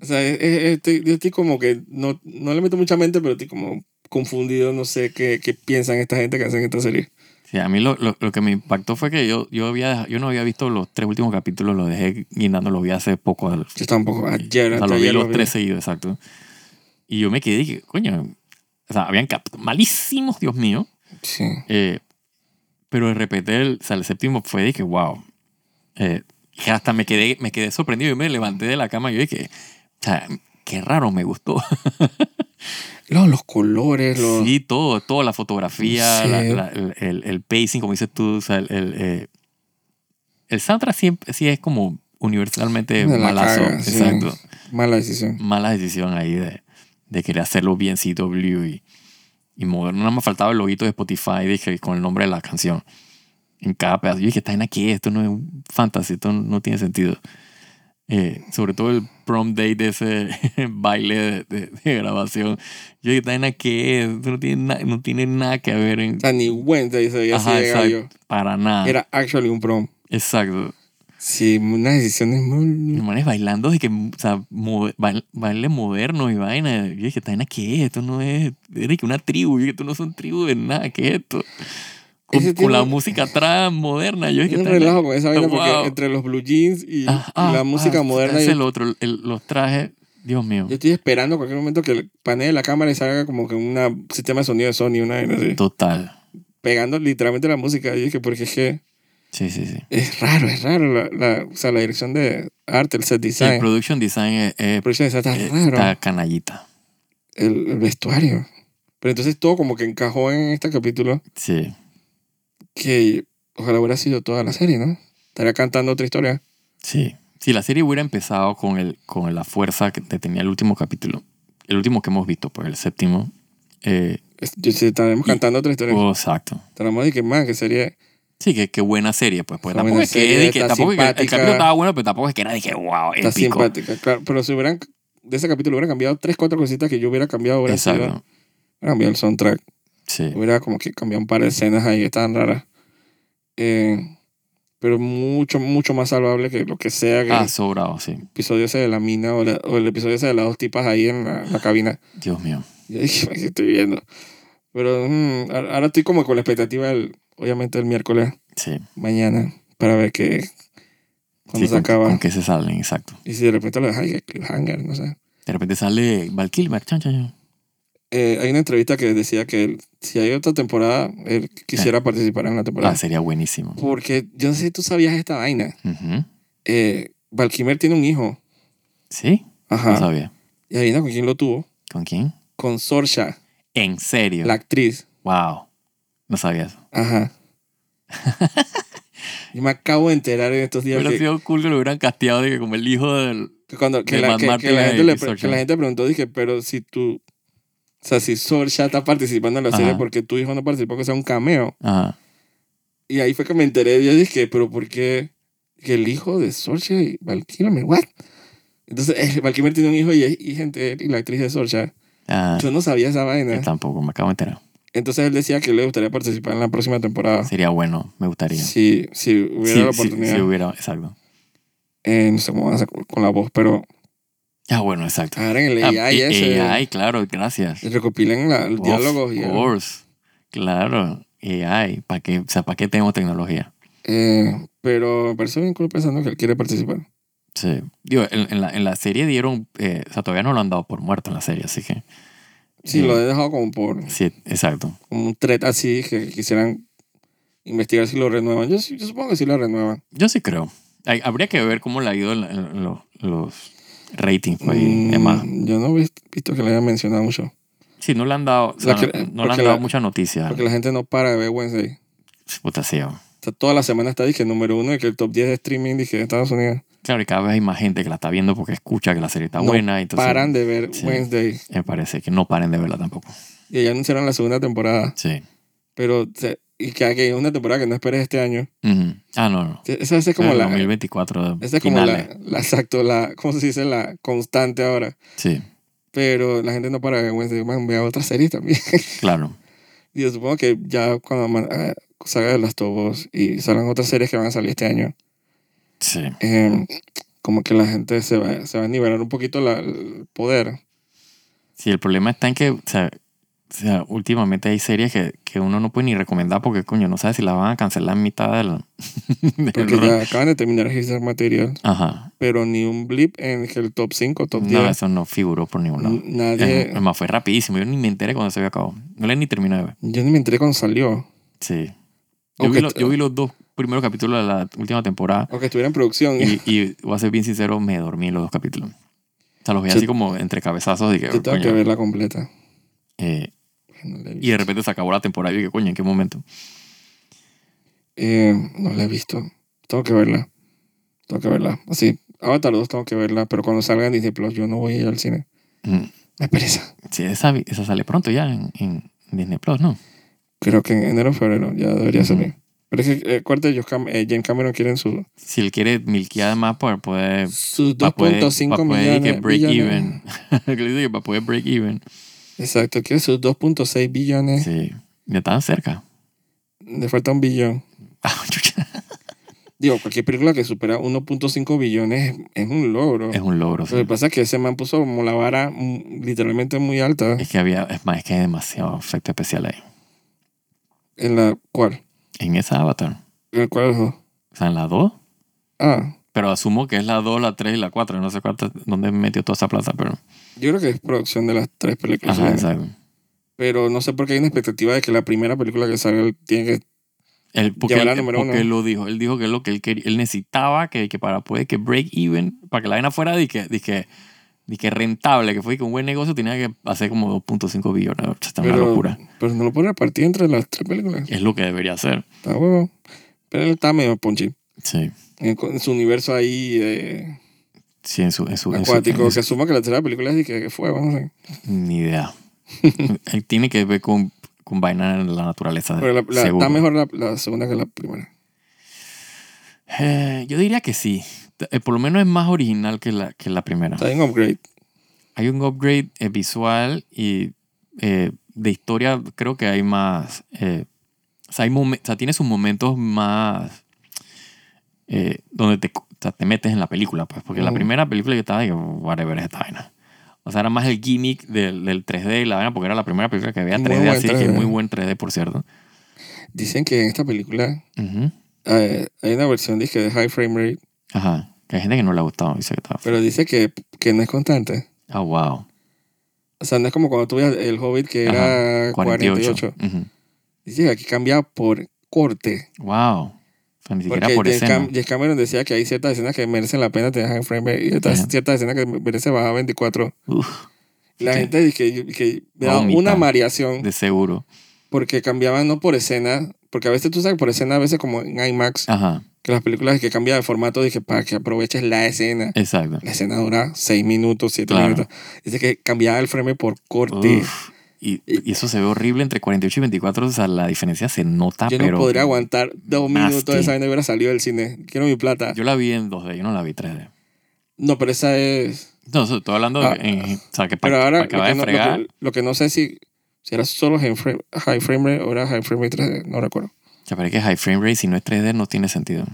[SPEAKER 1] O sea, es- es- estoy- yo estoy como que no, no le meto mucha mente, pero estoy como confundido, no sé qué, qué piensan esta gente que hacen esta serie.
[SPEAKER 2] Sí, a mí lo, lo, lo que me impactó fue que yo, yo, había, dej- yo no había visto los tres últimos capítulos, los dejé guindando, los vi hace poco. al-
[SPEAKER 1] Yo tampoco, ah, ayer,
[SPEAKER 2] o sea,
[SPEAKER 1] antes
[SPEAKER 2] los vi
[SPEAKER 1] ayer
[SPEAKER 2] los
[SPEAKER 1] lo vi.
[SPEAKER 2] tres seguidos, exacto. Y yo me quedé y dije, coño, o sea, habían cap- malísimos, Dios mío.
[SPEAKER 1] Sí.
[SPEAKER 2] Eh, pero de repente, el, o sea, el séptimo fue y dije, wow. Eh, y hasta me quedé, me quedé sorprendido. Yo me levanté de la cama y yo dije, o sea, qué raro,
[SPEAKER 1] (laughs)
[SPEAKER 2] me gustó.
[SPEAKER 1] No, los colores, los...
[SPEAKER 2] Sí, todo, toda la fotografía,
[SPEAKER 1] Sí.
[SPEAKER 2] la- la- el, el- el pacing, como dices tú, o sea, el, el, eh, el soundtrack siempre, sí es como universalmente
[SPEAKER 1] Me la
[SPEAKER 2] malazo.
[SPEAKER 1] caga, sí.
[SPEAKER 2] exacto.
[SPEAKER 1] Mala decisión.
[SPEAKER 2] Mala decisión ahí de, de querer hacerlo bien CW y, y mover. Nada más faltaba el loguito de Spotify dije, con el nombre de la canción. En cada pedazo. Yo dije, está en aquí, esto no es un fantasy, esto no tiene sentido. Eh, sobre todo el prom date de ese (laughs) baile de, de- de grabación. Yo dije, está en aquí, esto no tiene, na- no tiene nada que ver en,
[SPEAKER 1] O sea, ni Wednesday se veía así
[SPEAKER 2] Ajá,
[SPEAKER 1] de gallo.
[SPEAKER 2] para nada.
[SPEAKER 1] Era actually un prom.
[SPEAKER 2] Exacto.
[SPEAKER 1] Sí, unas decisiones muy...
[SPEAKER 2] Los manes bailando de que, o sea, mo- bail- baile moderno y vaina. Yo dije, ¿esta qué es? Esto no es, era que una tribu. Yo dije, esto no son tribus de nada, ¿qué es esto? Con,
[SPEAKER 1] Ese
[SPEAKER 2] con la
[SPEAKER 1] tiene-
[SPEAKER 2] música atrás moderna. Yo dije,
[SPEAKER 1] Un
[SPEAKER 2] "Esta vaina-
[SPEAKER 1] relajo con esa vaina porque
[SPEAKER 2] Wow.
[SPEAKER 1] entre los blue jeans y,
[SPEAKER 2] Ah,
[SPEAKER 1] y la
[SPEAKER 2] ah,
[SPEAKER 1] música
[SPEAKER 2] ah,
[SPEAKER 1] moderna
[SPEAKER 2] Es
[SPEAKER 1] yo-
[SPEAKER 2] el otro, el- los trajes, Dios mío.
[SPEAKER 1] Yo estoy esperando cualquier momento que el panel de la cámara y salga como que un sistema de sonido de Sony, una vaina así,
[SPEAKER 2] Total.
[SPEAKER 1] pegando literalmente la música. Y dije, porque es que
[SPEAKER 2] Sí, sí, sí.
[SPEAKER 1] es raro, es raro. La, la- o sea, la dirección de arte, el set
[SPEAKER 2] Sí, el
[SPEAKER 1] design,
[SPEAKER 2] production design es, es-
[SPEAKER 1] el production design está
[SPEAKER 2] es-
[SPEAKER 1] raro.
[SPEAKER 2] está canallita.
[SPEAKER 1] El, el vestuario. Pero entonces todo como que encajó en este capítulo
[SPEAKER 2] Sí.
[SPEAKER 1] que ojalá hubiera sido toda la serie, ¿no? Estaría cantando otra historia.
[SPEAKER 2] Sí. Si la serie hubiera empezado con, el, con la fuerza que tenía el último capítulo, el último que hemos visto, pues el séptimo, eh,
[SPEAKER 1] Es- yo- si estaremos
[SPEAKER 2] Y-
[SPEAKER 1] cantando otra historia.
[SPEAKER 2] oh, exacto.
[SPEAKER 1] Estaremos de que más, que sería...
[SPEAKER 2] Sí, que, que buena serie, pues. pues
[SPEAKER 1] Está
[SPEAKER 2] tampoco
[SPEAKER 1] buena
[SPEAKER 2] es que,
[SPEAKER 1] serie,
[SPEAKER 2] de que-
[SPEAKER 1] está
[SPEAKER 2] tampoco es que- el
[SPEAKER 1] simpática.
[SPEAKER 2] capítulo estaba bueno, pero tampoco es que era de que, wow,
[SPEAKER 1] Está
[SPEAKER 2] épico.
[SPEAKER 1] simpática, claro. Pero si hubieran... De ese capítulo hubiera cambiado tres, cuatro cositas que yo hubiera cambiado. Hubiera sido-
[SPEAKER 2] Exacto.
[SPEAKER 1] hubiera cambiado el soundtrack.
[SPEAKER 2] Sí,
[SPEAKER 1] Hubiera como que cambiado un par de escenas ahí que estaban raras. Eh, pero mucho, mucho más salvable que lo que sea que
[SPEAKER 2] ah,
[SPEAKER 1] el
[SPEAKER 2] sobrado, sí.
[SPEAKER 1] episodio ese de la mina o, la- o el episodio ese de las dos tipas ahí en la, la cabina.
[SPEAKER 2] Dios mío.
[SPEAKER 1] Yo dije, ¿qué estoy viendo? Pero mm, a- ahora estoy como con la expectativa, del, obviamente, el miércoles
[SPEAKER 2] Sí.
[SPEAKER 1] mañana para ver qué cuando
[SPEAKER 2] sí,
[SPEAKER 1] se
[SPEAKER 2] con,
[SPEAKER 1] acaba.
[SPEAKER 2] con que se salen, exacto.
[SPEAKER 1] Y si de repente lo dejan, ay, cliffhanger, no sé.
[SPEAKER 2] De repente sale Val Kilmer, chan, chan, chan.
[SPEAKER 1] Eh, hay una entrevista que decía que él, si hay otra temporada, él
[SPEAKER 2] Eh.
[SPEAKER 1] quisiera participar en la temporada.
[SPEAKER 2] Ah, sería buenísimo.
[SPEAKER 1] Porque yo no sé si tú sabías esta vaina.
[SPEAKER 2] Ujú.
[SPEAKER 1] Eh, Valkymer tiene un hijo.
[SPEAKER 2] Sí, no
[SPEAKER 1] Ajá.
[SPEAKER 2] sabía.
[SPEAKER 1] Y adivina con quién lo tuvo.
[SPEAKER 2] ¿Con quién?
[SPEAKER 1] Con Sorcha,
[SPEAKER 2] En serio.
[SPEAKER 1] la actriz.
[SPEAKER 2] Wow. No sabía eso. (laughs)
[SPEAKER 1] Ajá. yo me acabo de enterar en estos días
[SPEAKER 2] Hubiera
[SPEAKER 1] que,
[SPEAKER 2] sido cool que lo hubieran casteado de que como el hijo del.
[SPEAKER 1] que cuando que
[SPEAKER 2] de
[SPEAKER 1] la,
[SPEAKER 2] Matt
[SPEAKER 1] que- que la
[SPEAKER 2] Martin
[SPEAKER 1] gente le
[SPEAKER 2] y
[SPEAKER 1] pre-
[SPEAKER 2] Saoirse.
[SPEAKER 1] que la gente preguntó, dije, pero si tú... O sea, si Sorcha está participando en la
[SPEAKER 2] Ajá.
[SPEAKER 1] serie, porque tu hijo no participó, que sea un cameo.
[SPEAKER 2] Ajá.
[SPEAKER 1] Y ahí fue que me enteré. Yo dije, pero ¿por qué? Que el hijo de Sorcha y Valkymer, ¿what? Entonces, eh, Valkymer tiene un hijo y, es- y gente, y la actriz de Sorcha.
[SPEAKER 2] Ah,
[SPEAKER 1] Yo no sabía esa vaina.
[SPEAKER 2] yo tampoco, me acabo de enterar.
[SPEAKER 1] Entonces él decía que le gustaría participar en la próxima temporada.
[SPEAKER 2] Sería bueno, me gustaría.
[SPEAKER 1] Ah. Si, si hubiera
[SPEAKER 2] Sí,
[SPEAKER 1] la
[SPEAKER 2] sí,
[SPEAKER 1] oportunidad.
[SPEAKER 2] sí hubiera, exacto.
[SPEAKER 1] Eh, no sé cómo van a hacer con la voz, pero
[SPEAKER 2] Ah, bueno, exacto.
[SPEAKER 1] Ahora en el
[SPEAKER 2] Ah,
[SPEAKER 1] AI,
[SPEAKER 2] eh,
[SPEAKER 1] ese,
[SPEAKER 2] AI, claro, gracias.
[SPEAKER 1] recopilan la- los
[SPEAKER 2] Of
[SPEAKER 1] diálogos. y el-
[SPEAKER 2] course. Claro, AI. ¿Para qué, o sea, ¿para qué tenemos tecnología?
[SPEAKER 1] eh, pero me parece bien cool pensando que él quiere participar.
[SPEAKER 2] Sí. Digo, en, en la, en la serie dieron. eh, o sea, todavía no lo han dado por muerto en la serie, así que.
[SPEAKER 1] Sí,
[SPEAKER 2] eh,
[SPEAKER 1] lo he dejado como por
[SPEAKER 2] Sí, exacto.
[SPEAKER 1] como un thread así que quisieran investigar si lo renuevan. Yo, sí- yo supongo que sí lo renuevan.
[SPEAKER 2] Yo sí creo. Hay- habría que ver cómo le ha ido en la- en lo- los ratings pues, y
[SPEAKER 1] Mm,
[SPEAKER 2] demás.
[SPEAKER 1] Yo no he vist- visto que lo hayan mencionado mucho.
[SPEAKER 2] Sí, no le han dado, o sea,
[SPEAKER 1] Porque-
[SPEAKER 2] no le han
[SPEAKER 1] porque
[SPEAKER 2] dado
[SPEAKER 1] la-
[SPEAKER 2] mucha noticia.
[SPEAKER 1] Porque la gente no para de ver Wednesday.
[SPEAKER 2] Puta, sí, oh.
[SPEAKER 1] O sea, toda la semana está, dije, número uno, y que el top 10 de streaming, dije, de Estados Unidos.
[SPEAKER 2] Claro, y cada vez hay más gente que la está viendo porque escucha que la serie está
[SPEAKER 1] No
[SPEAKER 2] buena. Entonces,
[SPEAKER 1] Paran de ver
[SPEAKER 2] sí.
[SPEAKER 1] Wednesday.
[SPEAKER 2] me parece que no paren de verla tampoco.
[SPEAKER 1] Y ya anunciaron la segunda temporada.
[SPEAKER 2] Sí.
[SPEAKER 1] Pero, o sea, y que hay una temporada que no esperes este año.
[SPEAKER 2] Ujú. Ah, no, no.
[SPEAKER 1] O sea, Esa, esa es como
[SPEAKER 2] Ah,
[SPEAKER 1] la... eh,
[SPEAKER 2] 2024
[SPEAKER 1] Esa es como
[SPEAKER 2] finales.
[SPEAKER 1] la, la... Exacto, la... ¿Cómo se dice? La constante ahora.
[SPEAKER 2] Sí,
[SPEAKER 1] Pero la gente no para de ver Wednesday. Man, vea otras series también. (laughs)
[SPEAKER 2] claro.
[SPEAKER 1] y yo supongo que ya cuando man- ah, salga de las tobos y salgan otras series que van a salir este año,
[SPEAKER 2] Sí.
[SPEAKER 1] eh, como que la gente se va, se va a nivelar un poquito la, el poder.
[SPEAKER 2] Sí, el problema está en que, o sea, o sea, últimamente hay series que, que uno no puede ni recomendar porque, coño, no sabe si la van a cancelar en mitad (laughs) del... del
[SPEAKER 1] Porque ya acaban de terminar de registrar material,
[SPEAKER 2] Ajá.
[SPEAKER 1] pero ni un blip en el top 5, top
[SPEAKER 2] No,
[SPEAKER 1] 10.
[SPEAKER 2] eso no figuró por ningún lado.
[SPEAKER 1] N- Nadie.
[SPEAKER 2] Es más, fue rapidísimo. Yo ni me enteré cuando se había acabado. No le ni terminé de ver.
[SPEAKER 1] Yo ni me enteré cuando salió.
[SPEAKER 2] Sí. Yo,
[SPEAKER 1] Ok,
[SPEAKER 2] vi, lo-
[SPEAKER 1] t-
[SPEAKER 2] yo vi los dos primeros capítulos de la última temporada
[SPEAKER 1] Aunque estuviera en producción.
[SPEAKER 2] y, y voy a ser bien sincero, me dormí en los dos capítulos. O sea, los vi
[SPEAKER 1] Yo-
[SPEAKER 2] así como entre cabezazos. Dije,
[SPEAKER 1] (laughs) Yo tengo
[SPEAKER 2] eh, coño,
[SPEAKER 1] que verla completa.
[SPEAKER 2] eh,
[SPEAKER 1] No la he
[SPEAKER 2] y de
[SPEAKER 1] visto.
[SPEAKER 2] repente se acabó la temporada y yo dije, coño, ¿en qué momento?
[SPEAKER 1] Eh, no la he visto. Tengo que verla. Tengo que verla. Así. Avatar 2 tengo que verla, pero cuando salga en Disney Plus yo no voy a ir al cine.
[SPEAKER 2] Mm.
[SPEAKER 1] Me pereza.
[SPEAKER 2] Sí, esa, vi- esa sale pronto ya en, en Disney Plus, ¿no?
[SPEAKER 1] Creo que en enero o febrero ya debería
[SPEAKER 2] Ujú.
[SPEAKER 1] salir. Pero es que, eh, acuérdate, ellos cam- eh, James Cameron quieren su,
[SPEAKER 2] Si él quiere milquear más para poder.
[SPEAKER 1] sus
[SPEAKER 2] Para Eh, poder, pa'
[SPEAKER 1] 2.5
[SPEAKER 2] poder que
[SPEAKER 1] millones.
[SPEAKER 2] break
[SPEAKER 1] billones.
[SPEAKER 2] even. (laughs) Que le dice que para poder break even.
[SPEAKER 1] Exacto, quiere sus 2.6 billones.
[SPEAKER 2] Sí. Ya estaban cerca. (laughs)
[SPEAKER 1] Le falta un billón.
[SPEAKER 2] Ah, chucha.
[SPEAKER 1] Digo, cualquier película que supera 1.5 billones es, es un logro.
[SPEAKER 2] es un logro. sí.
[SPEAKER 1] Lo que pasa es que ese man puso como la vara mm, literalmente muy alta.
[SPEAKER 2] Es que había. Es más, es que hay demasiado efecto especial ahí.
[SPEAKER 1] ¿En la cuál?
[SPEAKER 2] En esa Avatar.
[SPEAKER 1] ¿En la cuál de los dos?
[SPEAKER 2] O sea, en la 2.
[SPEAKER 1] Ah,
[SPEAKER 2] Pero asumo que es la 2, la 3 y la 4. No sé cuánto, dónde metió toda esa plata, pero.
[SPEAKER 1] yo creo que es producción de las tres películas.
[SPEAKER 2] Ajá,
[SPEAKER 1] ¿sí?
[SPEAKER 2] exacto.
[SPEAKER 1] Pero no sé por qué hay una expectativa de que la primera película que salga tiene que...
[SPEAKER 2] Él, porque
[SPEAKER 1] Llevará
[SPEAKER 2] él,
[SPEAKER 1] número
[SPEAKER 2] porque
[SPEAKER 1] uno.
[SPEAKER 2] él lo dijo. Él dijo que es lo que él quería. Él necesitaba que, que para poder que break even, para que la vaina fuera de que, de que, de que rentable, que fue que un buen negocio tenía que hacer como 2.5 billones. O sea, Está una
[SPEAKER 1] pero,
[SPEAKER 2] locura.
[SPEAKER 1] pero no lo puede repartir entre las tres películas.
[SPEAKER 2] Es lo que debería hacer.
[SPEAKER 1] Está huevo. Pero él está medio ponchi.
[SPEAKER 2] Sí.
[SPEAKER 1] En, con su universo ahí eh,
[SPEAKER 2] Sí, en su. En su, en su-
[SPEAKER 1] acuático.
[SPEAKER 2] en
[SPEAKER 1] Que
[SPEAKER 2] su-
[SPEAKER 1] asuma que la tercera película es de que, que fue, vamos a ver.
[SPEAKER 2] ni idea.
[SPEAKER 1] (laughs)
[SPEAKER 2] él tiene que ver con, con vaina en la naturaleza.
[SPEAKER 1] Pero la- la-
[SPEAKER 2] seguro.
[SPEAKER 1] está mejor la, la segunda que la primera.
[SPEAKER 2] Eh, yo diría que sí. Eh, por lo menos es más original que la, que la primera.
[SPEAKER 1] Está en upgrade.
[SPEAKER 2] Hay un upgrade eh, visual y eh, de historia creo que hay más... eh, o, sea, hay momen- o sea, tiene sus momentos más... eh, donde te, o sea, te metes en la película, pues. Porque la
[SPEAKER 1] Ujú.
[SPEAKER 2] primera película yo estaba de que, whatever es esta vaina. O sea, era más el gimmick del, del 3D y la vaina, porque era la primera película que había
[SPEAKER 1] Muy
[SPEAKER 2] 3D,
[SPEAKER 1] buen
[SPEAKER 2] así que
[SPEAKER 1] 3D.
[SPEAKER 2] muy buen 3D, por cierto.
[SPEAKER 1] Dicen que en esta película
[SPEAKER 2] Ujú.
[SPEAKER 1] eh, hay una versión dije, de high frame rate,
[SPEAKER 2] Ajá. Que hay gente que no le ha gustado. Dice que estaba...
[SPEAKER 1] pero dice que, que no es constante.
[SPEAKER 2] Ah, wow.
[SPEAKER 1] O sea, no es como cuando tú veías el Hobbit que era 48.
[SPEAKER 2] 48. Ujú.
[SPEAKER 1] Dice que aquí cambia por corte.
[SPEAKER 2] Wow. O sea, ni siquiera
[SPEAKER 1] Porque
[SPEAKER 2] por
[SPEAKER 1] James,
[SPEAKER 2] escena.
[SPEAKER 1] Cam- James Cameron decía que hay ciertas escenas que merecen la pena tener high frame rate y otras
[SPEAKER 2] Ajá.
[SPEAKER 1] ciertas escenas que merece bajar a 24.
[SPEAKER 2] Uf,
[SPEAKER 1] La
[SPEAKER 2] Ok.
[SPEAKER 1] gente dice que, que me da
[SPEAKER 2] Vomita.
[SPEAKER 1] una variación
[SPEAKER 2] de seguro.
[SPEAKER 1] porque cambiaban no por escena, porque a veces tú sabes por escena, a veces como en IMAX,
[SPEAKER 2] Ajá,
[SPEAKER 1] que las películas que cambian de formato, dije, para que aproveches la escena.
[SPEAKER 2] exacto.
[SPEAKER 1] La escena dura 6 minutos, 7
[SPEAKER 2] Claro.
[SPEAKER 1] minutos. Dice que cambiaba el frame por corte.
[SPEAKER 2] Uf, y, y eso se ve horrible entre 48 y 24. O sea, la diferencia se nota,
[SPEAKER 1] yo no
[SPEAKER 2] pero.
[SPEAKER 1] podría aguantar dos
[SPEAKER 2] nasty.
[SPEAKER 1] minutos de esa vaina hubiera salido del cine. Quiero mi plata.
[SPEAKER 2] Yo la vi en 2D, yo no la vi 3D.
[SPEAKER 1] no, pero esa es...
[SPEAKER 2] No, eso estoy hablando de.
[SPEAKER 1] Ah,
[SPEAKER 2] en- o sea, que
[SPEAKER 1] Pero
[SPEAKER 2] para,
[SPEAKER 1] ahora, lo
[SPEAKER 2] acabar
[SPEAKER 1] que,
[SPEAKER 2] de
[SPEAKER 1] no, lo,
[SPEAKER 2] fregar.
[SPEAKER 1] que, lo que no sé si, si era solo en frame- high frame rate o era high frame rate 3D. No recuerdo.
[SPEAKER 2] O sea, pero es que high frame rate, si no es 3D, no tiene sentido.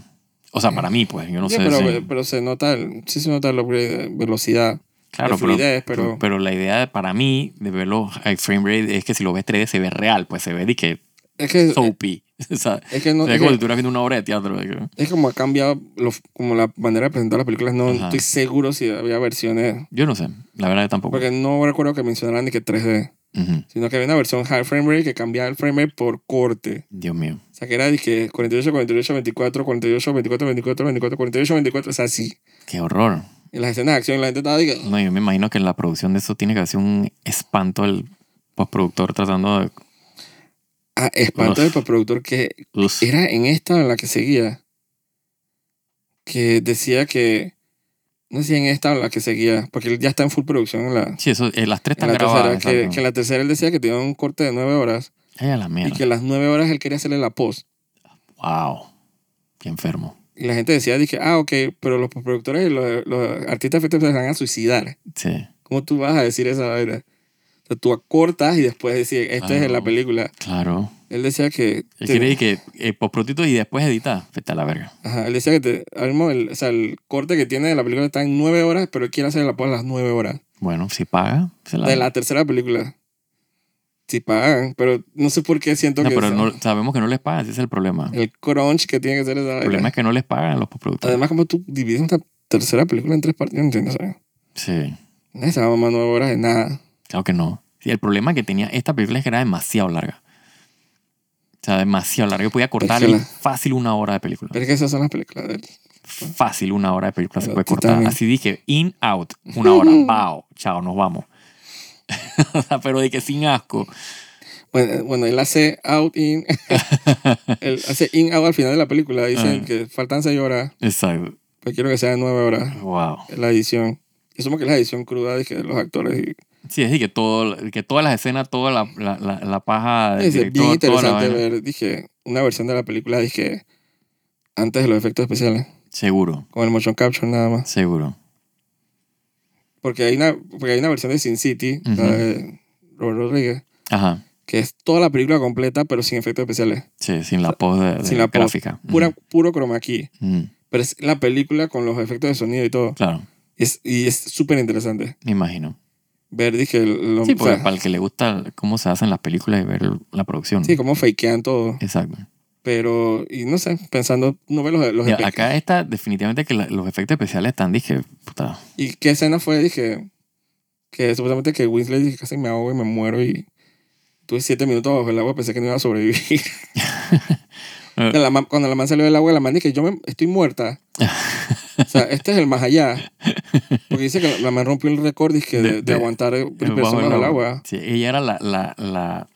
[SPEAKER 2] O sea, para mí, pues, yo no
[SPEAKER 1] Ya,
[SPEAKER 2] sé.
[SPEAKER 1] pero,
[SPEAKER 2] si-
[SPEAKER 1] pero se nota, el- sí se nota el upgrade de velocidad.
[SPEAKER 2] Claro,
[SPEAKER 1] de
[SPEAKER 2] pero,
[SPEAKER 1] fluidez, pero-
[SPEAKER 2] pero... pero la idea de- para mí de verlo al frame rate es que si lo ves 3D se ve real, pues se ve de que
[SPEAKER 1] Es que,
[SPEAKER 2] soapy. (laughs) o sea,
[SPEAKER 1] es que no.
[SPEAKER 2] se ve
[SPEAKER 1] es que-
[SPEAKER 2] como si estuvieras viendo una obra de teatro. de que-
[SPEAKER 1] Es como ha cambiado lo- como la manera de presentar las películas. No
[SPEAKER 2] Ajá.
[SPEAKER 1] estoy seguro si había versiones.
[SPEAKER 2] Yo no sé, la verdad tampoco.
[SPEAKER 1] Porque no recuerdo que mencionaran ni que 3D.
[SPEAKER 2] Ujú.
[SPEAKER 1] Sino que había una versión high frame rate que cambiaba el frame rate por corte.
[SPEAKER 2] Dios mío.
[SPEAKER 1] O sea, que era de que 48, 48, 24, 48, 24, 24, 24, 48, 24. O sea, sí.
[SPEAKER 2] Qué horror.
[SPEAKER 1] En las escenas de acción la gente estaba de que,
[SPEAKER 2] No, yo me imagino que en la producción de eso tiene que hacer un espanto el postproductor tratando de...
[SPEAKER 1] ah, espanto
[SPEAKER 2] Uf.
[SPEAKER 1] del productor que
[SPEAKER 2] Uf.
[SPEAKER 1] era en esta o en la que seguía. Que decía que... No sé si en esta o en la que seguía. Porque él ya está en full producción en la...
[SPEAKER 2] Sí, eso, eh, las tres
[SPEAKER 1] En
[SPEAKER 2] están
[SPEAKER 1] la tercera,
[SPEAKER 2] grabadas.
[SPEAKER 1] que,
[SPEAKER 2] exacto.
[SPEAKER 1] que en la tercera él decía que tenía un corte de nueve horas
[SPEAKER 2] Ay, a la
[SPEAKER 1] y
[SPEAKER 2] mierda.
[SPEAKER 1] que las nueve horas él quería hacerle la post.
[SPEAKER 2] Wow. Qué enfermo.
[SPEAKER 1] Y la gente decía, dije, ah, ok, pero los productores y los, los artistas de efectos se van a suicidar.
[SPEAKER 2] Sí,
[SPEAKER 1] ¿Cómo tú vas a decir esa vaina? O sea, tú acortas y después decís, esta
[SPEAKER 2] Ah,
[SPEAKER 1] es la
[SPEAKER 2] no.
[SPEAKER 1] película.
[SPEAKER 2] claro.
[SPEAKER 1] Él decía que...
[SPEAKER 2] Él
[SPEAKER 1] te-
[SPEAKER 2] quiere decir que eh, postprotito y después edita. Vete a la verga.
[SPEAKER 1] ajá, él decía que te- ahora mismo el, o sea, el corte que tiene de la película está en nueve horas, pero él quiere hacer la post a las nueve horas.
[SPEAKER 2] Bueno, si paga, se la
[SPEAKER 1] De la tercera película. Sí pagan, pero no sé por qué siento
[SPEAKER 2] No,
[SPEAKER 1] que... Eh,
[SPEAKER 2] pero
[SPEAKER 1] o sea,
[SPEAKER 2] no- sabemos que no les pagan, ese es el problema. El
[SPEAKER 1] El crunch que tiene que hacer esa vaina.
[SPEAKER 2] problema es que no les pagan los postproductores.
[SPEAKER 1] Además, como tú divides una tercera película en tres partes, yo no entiendo, ¿sabes?
[SPEAKER 2] Sí,
[SPEAKER 1] No estaba mamando nueve horas de nada.
[SPEAKER 2] claro que no. Sí, el problema que tenía esta película es que era demasiado larga. O sea, demasiado larga. Yo podía cortar
[SPEAKER 1] Déjala.
[SPEAKER 2] fácil una hora de película.
[SPEAKER 1] Pero es que esas son las películas de él.
[SPEAKER 2] Fácil una hora de película se
[SPEAKER 1] Pero
[SPEAKER 2] puede
[SPEAKER 1] tú
[SPEAKER 2] cortar.
[SPEAKER 1] también.
[SPEAKER 2] Así dije, in, out,
[SPEAKER 1] (laughs)
[SPEAKER 2] una hora, bao, chao, nos vamos. (laughs) O sea, pero de que sin asco.
[SPEAKER 1] Bueno, eh, bueno, él hace out, in. (laughs) él hace in, out al final de la película. Dicen
[SPEAKER 2] Ah.
[SPEAKER 1] que faltan seis horas,
[SPEAKER 2] Exacto.
[SPEAKER 1] pero quiero que sean nueve horas.
[SPEAKER 2] Wow.
[SPEAKER 1] Es la edición. Yo supongo que es la edición cruda dije, de los actores. Y,
[SPEAKER 2] Sí, es decir, que, todo, que todas las escenas, toda la, la, la, la paja del
[SPEAKER 1] es bien
[SPEAKER 2] director, toda la
[SPEAKER 1] interesante
[SPEAKER 2] vaina.
[SPEAKER 1] ver, dije, una versión de la película, dije, antes de los efectos especiales,
[SPEAKER 2] Seguro,
[SPEAKER 1] con el motion capture nada más.
[SPEAKER 2] seguro.
[SPEAKER 1] Porque hay una, porque hay una versión de Sin City, la
[SPEAKER 2] Ujú.
[SPEAKER 1] de Robert Rodríguez,
[SPEAKER 2] Ajá,
[SPEAKER 1] que es toda la película completa, pero sin efectos especiales.
[SPEAKER 2] sí, sin la pos de, de
[SPEAKER 1] Sin la pos.
[SPEAKER 2] gráfica. Mm,
[SPEAKER 1] Pura,
[SPEAKER 2] Ujú,
[SPEAKER 1] Puro chroma key.
[SPEAKER 2] ujú,
[SPEAKER 1] Pero es la película con los efectos de sonido y todo.
[SPEAKER 2] claro,
[SPEAKER 1] Es, y es súper interesante.
[SPEAKER 2] me imagino.
[SPEAKER 1] Ver, dije, lo,
[SPEAKER 2] Sí,
[SPEAKER 1] o
[SPEAKER 2] porque
[SPEAKER 1] sea,
[SPEAKER 2] para el que le gusta cómo se hacen las películas y ver la producción.
[SPEAKER 1] sí, cómo fakean todo.
[SPEAKER 2] Exacto.
[SPEAKER 1] Pero, y no sé, pensando, no ver los, los
[SPEAKER 2] Mira,
[SPEAKER 1] efectos.
[SPEAKER 2] acá está definitivamente que la- los efectos especiales están, dije, puta,
[SPEAKER 1] ¿Y qué escena fue? Dije, que supuestamente que Winslet dije, casi me ahogo y me muero y tuve siete minutos bajo el agua, pensé que no iba a
[SPEAKER 2] (laughs)
[SPEAKER 1] sobrevivir. Cuando la man- cuando la man salió del agua, la man dije, yo me, estoy muerta. o sea, este es el más allá. Porque dice que la, la man rompió el récord dije, de,
[SPEAKER 2] De-
[SPEAKER 1] de
[SPEAKER 2] de-
[SPEAKER 1] aguantar eh,
[SPEAKER 2] Bajo
[SPEAKER 1] personas
[SPEAKER 2] el
[SPEAKER 1] bajo el
[SPEAKER 2] agua.
[SPEAKER 1] agua.
[SPEAKER 2] Sí, ella era la, la, la-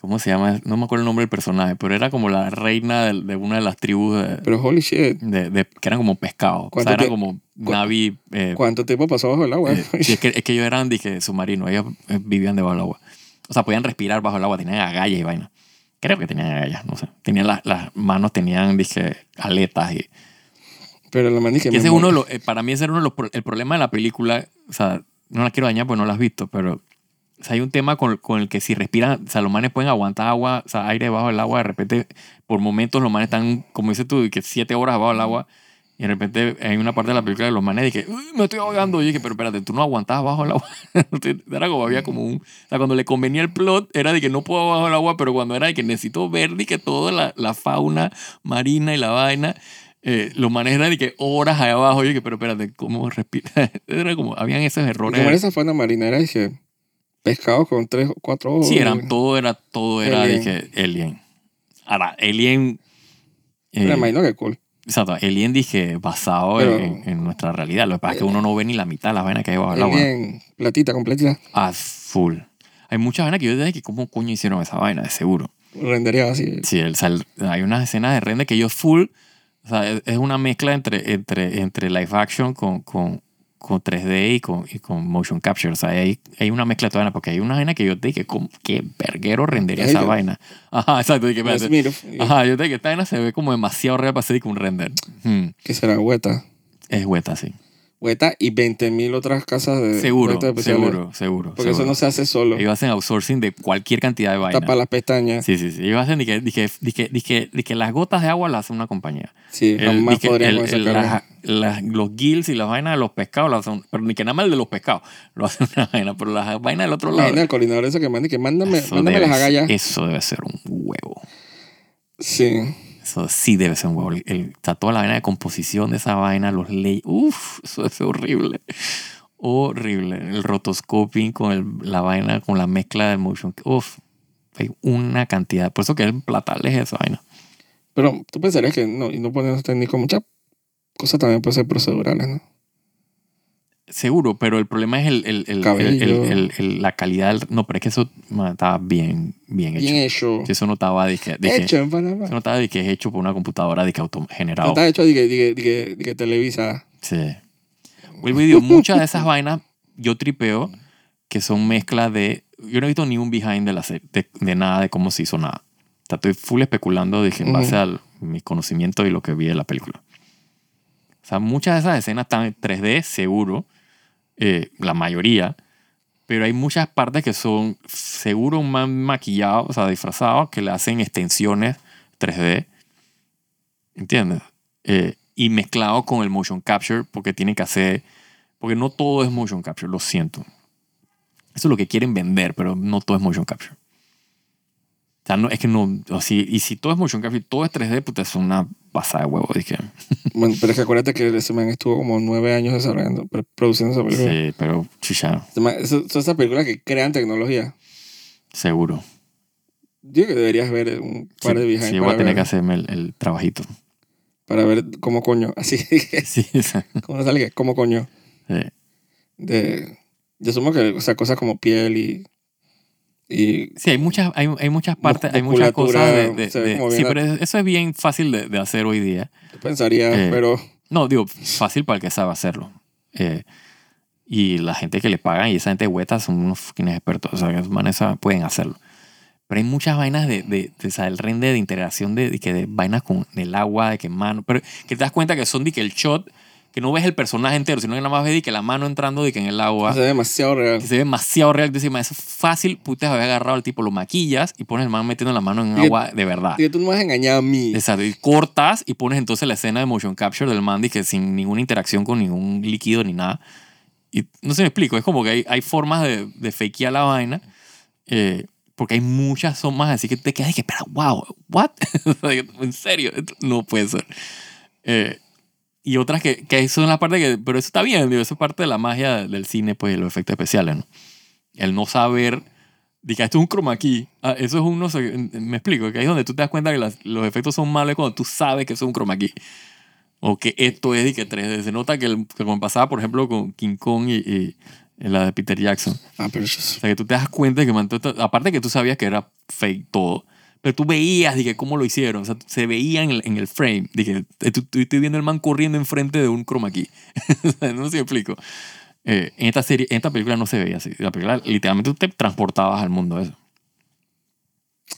[SPEAKER 2] ¿Cómo se llama? No me acuerdo el nombre del personaje, pero era como la reina del- de, una de las tribus de,
[SPEAKER 1] Pero holy shit,
[SPEAKER 2] de- de- que eran como pescados. O
[SPEAKER 1] ¿Cuánto
[SPEAKER 2] sea, eran
[SPEAKER 1] te-
[SPEAKER 2] como
[SPEAKER 1] cu-
[SPEAKER 2] navi. eh,
[SPEAKER 1] ¿cuánto tiempo pasó bajo el agua?
[SPEAKER 2] eh, sí, es, que, es que ellos eran, dije, submarinos. Ellos eh, vivían debajo del agua. O sea, podían respirar bajo el agua, tenían agallas y vaina. Creo que tenían agallas, no sé. Tenían las, las manos, tenían, dije, aletas. Y,
[SPEAKER 1] Pero la man dije,
[SPEAKER 2] que
[SPEAKER 1] me
[SPEAKER 2] ese es uno
[SPEAKER 1] muero.
[SPEAKER 2] de los- eh, para mí ese era uno de los pro- el problema de la película, o sea, no la quiero dañar porque no la has visto, pero o sea, hay un tema con, con el que si respiran, o sea, los manes pueden aguantar agua, o sea, aire bajo el agua, de repente por momentos los manes están, como dices tú, de que siete horas bajo el agua, y de repente hay una parte de la película de los manes de que "Uy, me estoy ahogando, y yo dije, pero espérate, tú no aguantabas bajo el agua, (laughs) era como había como un, o sea, cuando le convenía el plot era de que no puedo bajo el agua, pero cuando era de que necesito ver de que toda la, la fauna marina y la vaina, eh, los manes eran de que horas allá abajo, yo dije, pero espérate, ¿cómo respira? (laughs) Era como, habían esos
[SPEAKER 1] Porque como era
[SPEAKER 2] errores.
[SPEAKER 1] esa fauna marinera, dije, pescado con tres o cuatro ojos.
[SPEAKER 2] Sí, eran, todo era, todo era,
[SPEAKER 1] Alien.
[SPEAKER 2] dije, alien. Ahora, alien... eh,
[SPEAKER 1] Me imagino que cool.
[SPEAKER 2] Exacto, Alien dije basado en-
[SPEAKER 1] Pero-
[SPEAKER 2] en, en nuestra realidad. Lo que pasa es que uno no ve ni la mitad de las vainas que hay bajo el agua.
[SPEAKER 1] Alien, platita, completita,
[SPEAKER 2] A full. Hay muchas vainas que yo dije que cómo coño hicieron esa vaina, de seguro.
[SPEAKER 1] rendería así.
[SPEAKER 2] Sí, el- o sea, el- hay unas escenas de render que yo full. O sea, es, es una mezcla entre, entre, entre live action con, con, con 3D y con, y con motion capture. O sea, hay, hay una mezcla de toda vaina, porque hay una vaina que yo te dije, ¿cómo, ¿qué verguero rendería esa
[SPEAKER 1] Ahí te-
[SPEAKER 2] vaina? Ajá, exacto. Dije,
[SPEAKER 1] Las
[SPEAKER 2] espérate.
[SPEAKER 1] miro, y-
[SPEAKER 2] Ajá, yo te dije, esta vaina se ve como demasiado real para ser dije, un render. Hmm,
[SPEAKER 1] que será hueta.
[SPEAKER 2] es hueta, sí.
[SPEAKER 1] Weta y 20.000 otras casas de
[SPEAKER 2] Seguro,
[SPEAKER 1] efectos especiales.
[SPEAKER 2] seguro, seguro.
[SPEAKER 1] Porque eso
[SPEAKER 2] seguro.
[SPEAKER 1] no se hace solo.
[SPEAKER 2] Ellos hacen outsourcing de cualquier cantidad de vaina.
[SPEAKER 1] Tapa las pestañas.
[SPEAKER 2] Sí, sí, sí. Ellos hacen dije, dije, dije, dije, dije, las gotas de agua las hace una compañía.
[SPEAKER 1] Sí,
[SPEAKER 2] El-
[SPEAKER 1] jamás
[SPEAKER 2] dije,
[SPEAKER 1] podríamos
[SPEAKER 2] el- el-
[SPEAKER 1] sacar.
[SPEAKER 2] las- las- los gills y las vainas de los pescados las hacen, pero ni que nada más el de los pescados (laughs) lo hace una vaina, pero las vainas del otro
[SPEAKER 1] La
[SPEAKER 2] lado.
[SPEAKER 1] vaina del coordinador eso que manda y que mándame,
[SPEAKER 2] Ah, eso,
[SPEAKER 1] mándame
[SPEAKER 2] debe,
[SPEAKER 1] las agallas.
[SPEAKER 2] eso debe ser un huevo.
[SPEAKER 1] Sí.
[SPEAKER 2] Eso sí debe ser un huevo. El- el- está toda la vaina de composición de esa vaina, los leyes. Uf, eso debe ser horrible. Horrible. El rotoscoping con el- la vaina, con la mezcla de motion. Uf, hay una cantidad. Por eso que el platal es esa vaina.
[SPEAKER 1] Pero tú pensarías que no, y no ponernos técnicos, muchas cosas también pueden ser procedurales, ¿no?
[SPEAKER 2] Seguro, pero el problema es el, el- el-
[SPEAKER 1] Cabello.
[SPEAKER 2] el- el- el- la calidad. del- no, pero es que eso man, estaba bien, bien hecho.
[SPEAKER 1] Bien hecho.
[SPEAKER 2] Si Eso no estaba de que, de que-
[SPEAKER 1] Hecho en
[SPEAKER 2] eso
[SPEAKER 1] Panamá.
[SPEAKER 2] no estaba de que es hecho por una computadora de que auto-
[SPEAKER 1] No
[SPEAKER 2] generado.
[SPEAKER 1] está hecho de que, de que- de que- de que televisa.
[SPEAKER 2] Sí. Vuelvo y digo, muchas de esas vainas yo tripeo que son mezclas de. Yo no he visto ni un behind de, la, se- de, de nada de cómo se hizo nada. O sea, estoy full especulando dije, en base
[SPEAKER 1] Ujú.
[SPEAKER 2] al a mi conocimiento y lo que vi de la película. O sea, muchas de esas escenas están en 3D, seguro, eh, la mayoría, pero hay muchas partes que son seguro un man maquillado, o sea, disfrazado, que le hacen extensiones 3D, ¿entiendes? Eh, y mezclado con el motion capture, porque tienen que hacer, porque no todo es motion capture, lo siento. Eso es lo que quieren vender, pero no todo es motion capture. O sea, no, es que no, o si- y si todo es motion capture, y todo es 3D, puta, es una pasada de huevo, dije.
[SPEAKER 1] Bueno, pero es que acuérdate que ese man estuvo como nueve años desarrollando, pre- produciendo esa película.
[SPEAKER 2] Sí, pero chicha,
[SPEAKER 1] Ese man- eso- Son esas películas que crean tecnología.
[SPEAKER 2] seguro.
[SPEAKER 1] Yo creo que deberías ver un par de
[SPEAKER 2] Sí,
[SPEAKER 1] behind
[SPEAKER 2] sí, voy
[SPEAKER 1] para,
[SPEAKER 2] a tener que
[SPEAKER 1] ver,
[SPEAKER 2] hacerme el, el trabajito.
[SPEAKER 1] (laughs) para ver cómo coño. (laughs) Así,
[SPEAKER 2] Sí, eh, esa-
[SPEAKER 1] ¿cómo sale que? ¿Cómo coño?
[SPEAKER 2] sí.
[SPEAKER 1] De, yo asumo que, o sea, cosas como piel y. y
[SPEAKER 2] Sí, hay muchas, hay, hay muchas partes, hay muchas
[SPEAKER 1] Musculatura,
[SPEAKER 2] cosas de... de-
[SPEAKER 1] se ve
[SPEAKER 2] de-
[SPEAKER 1] como
[SPEAKER 2] sí,
[SPEAKER 1] bien
[SPEAKER 2] pero es- eso es bien fácil de, de hacer hoy día.
[SPEAKER 1] yo pensaría,
[SPEAKER 2] Eh,
[SPEAKER 1] pero.
[SPEAKER 2] No, digo, fácil para el que sabe hacerlo. Eh, y la gente que le pagan y esa gente hueta son unos fucking expertos. O sea, que esos manes saben- pueden hacerlo. Pero hay muchas vainas de, de, de, o sea, el render de integración de, de que de vainas con del agua, de que mano. Pero que te das cuenta que son de que el shot, que no ves el personaje entero, sino que nada más ves de que la mano entrando de que en el agua.
[SPEAKER 1] Se ve demasiado real.
[SPEAKER 2] que se ve demasiado real. Tú dices, "Ma, eso es fácil, putas, había agarrado al tipo, lo maquillas y pones el man metiendo la mano en
[SPEAKER 1] Y-
[SPEAKER 2] agua de verdad.
[SPEAKER 1] Y tú no me has engañado a mí.
[SPEAKER 2] Exacto, y cortas y pones entonces la escena de motion capture del Mandy que sin ninguna interacción con ningún líquido ni nada. Y no se me explico, es como que hay, hay formas de, de fakear la vaina, eh, porque hay muchas son más así que te quedas y que, espera, wow, what? (laughs) en serio, esto no puede ser. Eh, y otras que, que son las partes que, pero eso está bien, digo, eso es parte de la magia de- del cine, pues, y los efectos especiales, ¿no? El no saber, diga, esto es un chroma key, ah, eso es un, no sé, me explico, que ahí es donde tú te das cuenta que las- los efectos son malos cuando tú sabes que eso es un chroma key. O que esto es y que 3D. Se nota que, el- que como pasaba, por ejemplo, con King Kong y, y la de Peter Jackson.
[SPEAKER 1] Ah, pero yo-
[SPEAKER 2] O sea, que tú te das cuenta de que, man, todo esto- aparte que tú sabías que era fake todo, pero tú veías, dije, cómo lo hicieron. O sea, se veía en el, en el frame. Dije, eh, tú, tú- estoy viendo el man corriendo enfrente de un chroma key. (laughs) O sea, no sé si me explico. Eh, en esta serie, en esta película no se veía así. La película, literalmente, tú te transportabas al mundo de eso.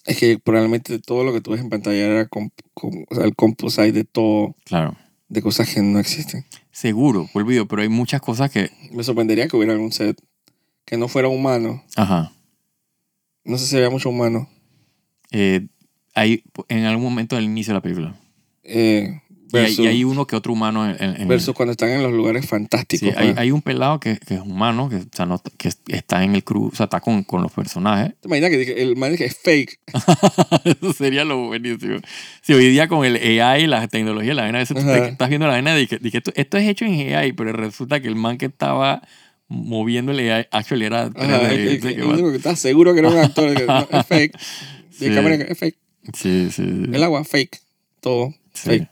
[SPEAKER 1] Es que probablemente todo lo que tú ves en pantalla era comp- com- o sea, el composite de todo,
[SPEAKER 2] Claro.
[SPEAKER 1] de cosas que no existen.
[SPEAKER 2] Seguro, por el video, pero hay muchas cosas que.
[SPEAKER 1] Me sorprendería que hubiera algún set que no fuera humano.
[SPEAKER 2] Ajá.
[SPEAKER 1] No sé si había mucho humano.
[SPEAKER 2] Eh, hay en algún momento del inicio de la película.
[SPEAKER 1] Eh,
[SPEAKER 2] Y hay,
[SPEAKER 1] versus,
[SPEAKER 2] y hay uno que otro humano en, en- en-
[SPEAKER 1] versus cuando están en los lugares
[SPEAKER 2] Sí,
[SPEAKER 1] fantásticos. pues.
[SPEAKER 2] hay,
[SPEAKER 1] pa.
[SPEAKER 2] hay un pelado que, que es humano, que, o sea, no- que está en el crew, o sea, está con, con los personajes. (laughs)
[SPEAKER 1] ¿Te imaginas que dije- el man dije, es fake?
[SPEAKER 2] Eso sería lo buenísimo. Si hoy día con el AI y la tecnología, la vaina, a veces tú te-
[SPEAKER 1] Ajá.
[SPEAKER 2] estás viendo la vaina y que, de que esto, esto es hecho en AI, pero resulta que el man que estaba moviendo el AI, actual era 3D.
[SPEAKER 1] Ajá, el, el-
[SPEAKER 2] Sí, que
[SPEAKER 1] el
[SPEAKER 2] va-
[SPEAKER 1] único que está seguro que era un actor que, no,
[SPEAKER 2] (laughs)
[SPEAKER 1] es fake. Y
[SPEAKER 2] Sí.
[SPEAKER 1] el cámara que es fake.
[SPEAKER 2] sí, sí, sí.
[SPEAKER 1] El agua, fake. Todo.
[SPEAKER 2] Sí.
[SPEAKER 1] fake.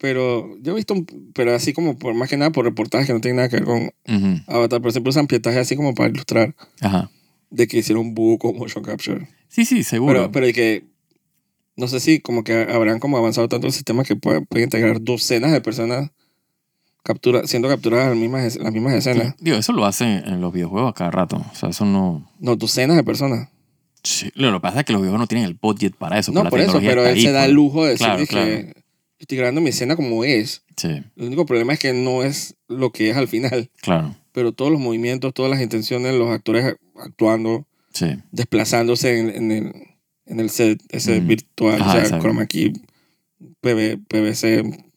[SPEAKER 1] Pero yo he visto, un- pero así como por más que nada por reportajes que no tienen nada que ver con
[SPEAKER 2] Ujú.
[SPEAKER 1] Avatar, pero siempre usan pietajes así como para ilustrar
[SPEAKER 2] Ajá.
[SPEAKER 1] de que hicieron un búho con motion capture.
[SPEAKER 2] Sí, sí, seguro.
[SPEAKER 1] Pero, pero de que no sé si como que habrán como avanzado tanto el sistema que pueden puede integrar docenas de personas captura, siendo capturadas en las mismas, es- las mismas escenas.
[SPEAKER 2] Digo, eso lo hacen en los videojuegos a cada rato. O sea, eso no.
[SPEAKER 1] No, docenas de personas.
[SPEAKER 2] Sí, Lo que pasa es que los videojuegos no tienen el budget para eso.
[SPEAKER 1] No,
[SPEAKER 2] la
[SPEAKER 1] por eso,
[SPEAKER 2] tecnología
[SPEAKER 1] pero
[SPEAKER 2] está
[SPEAKER 1] él
[SPEAKER 2] ahí,
[SPEAKER 1] se da
[SPEAKER 2] pues.
[SPEAKER 1] el lujo de decir
[SPEAKER 2] Claro,
[SPEAKER 1] dije, estoy grabando mi escena como es.
[SPEAKER 2] Sí,
[SPEAKER 1] El único problema es que no es lo que es al final,
[SPEAKER 2] claro.
[SPEAKER 1] pero todos los movimientos, todas las intenciones, los actores actuando,
[SPEAKER 2] Sí,
[SPEAKER 1] desplazándose en, en el, en el set, ese
[SPEAKER 2] Mm.
[SPEAKER 1] virtual,
[SPEAKER 2] Ajá,
[SPEAKER 1] o sea,
[SPEAKER 2] exacto.
[SPEAKER 1] chroma key, PV, PVC,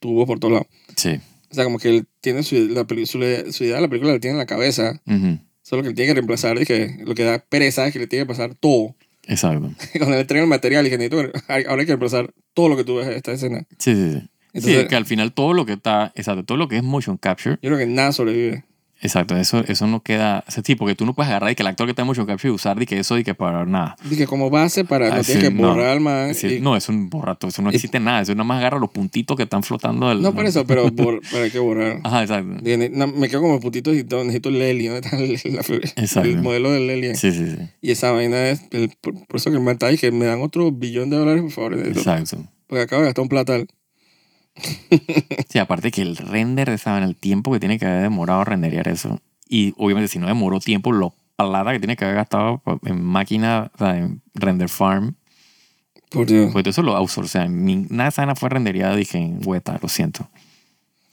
[SPEAKER 1] tubos por todos lados.
[SPEAKER 2] sí.
[SPEAKER 1] O sea, como que él tiene su, la, peli- su, su idea de la película, la tiene en la cabeza,
[SPEAKER 2] Ujú,
[SPEAKER 1] solo que él tiene que reemplazar, y que lo que da pereza es que le tiene que pasar todo. (laughs)
[SPEAKER 2] Exacto.
[SPEAKER 1] Cuando le entregan el material, y que necesito- ahora hay que reemplazar todo lo que tú ves en esta escena.
[SPEAKER 2] Sí, sí, sí. Sí,
[SPEAKER 1] Entonces,
[SPEAKER 2] que al final todo lo que está, exacto, todo lo que es motion capture,
[SPEAKER 1] yo creo que nada sobrevive.
[SPEAKER 2] exacto, eso, eso no queda, o sea, sí, porque tú no puedes agarrar y que el actor que está en motion capture y usar y que eso y que para nada.
[SPEAKER 1] Dije, como base para.
[SPEAKER 2] Ah,
[SPEAKER 1] no
[SPEAKER 2] sí,
[SPEAKER 1] tienes que
[SPEAKER 2] no.
[SPEAKER 1] borrar al man.
[SPEAKER 2] Sí,
[SPEAKER 1] Ah, y- no,
[SPEAKER 2] no, es un borrato, eso no
[SPEAKER 1] y-
[SPEAKER 2] existe nada, eso nada más agarra los puntitos que están flotando. Del,
[SPEAKER 1] por eso, pero
[SPEAKER 2] (laughs)
[SPEAKER 1] por, para qué borrar.
[SPEAKER 2] Ajá, exacto.
[SPEAKER 1] Dije, ne- no, me quedo como putito y todo, necesito Lely. ¿Dónde está el, E la fe-
[SPEAKER 2] Exacto.
[SPEAKER 1] el modelo de Lely?
[SPEAKER 2] Sí, sí, sí.
[SPEAKER 1] Y esa vaina es. el- por, por eso que el man está ahí, que me dan otro billón de dólares, por favor. de esto,
[SPEAKER 2] Exacto.
[SPEAKER 1] porque acabo de gastar un platal.
[SPEAKER 2] Sí, aparte que el render, ¿saben? El tiempo que tiene que haber demorado renderear eso. Y obviamente si no demoró tiempo, lo plata que tiene que haber gastado en máquina, o sea, en render farm.
[SPEAKER 1] Por Dios.
[SPEAKER 2] Pues todo eso lo outsourcean. Ni- Nada de esa vaina fue rendereada, dije, en hueta, lo siento.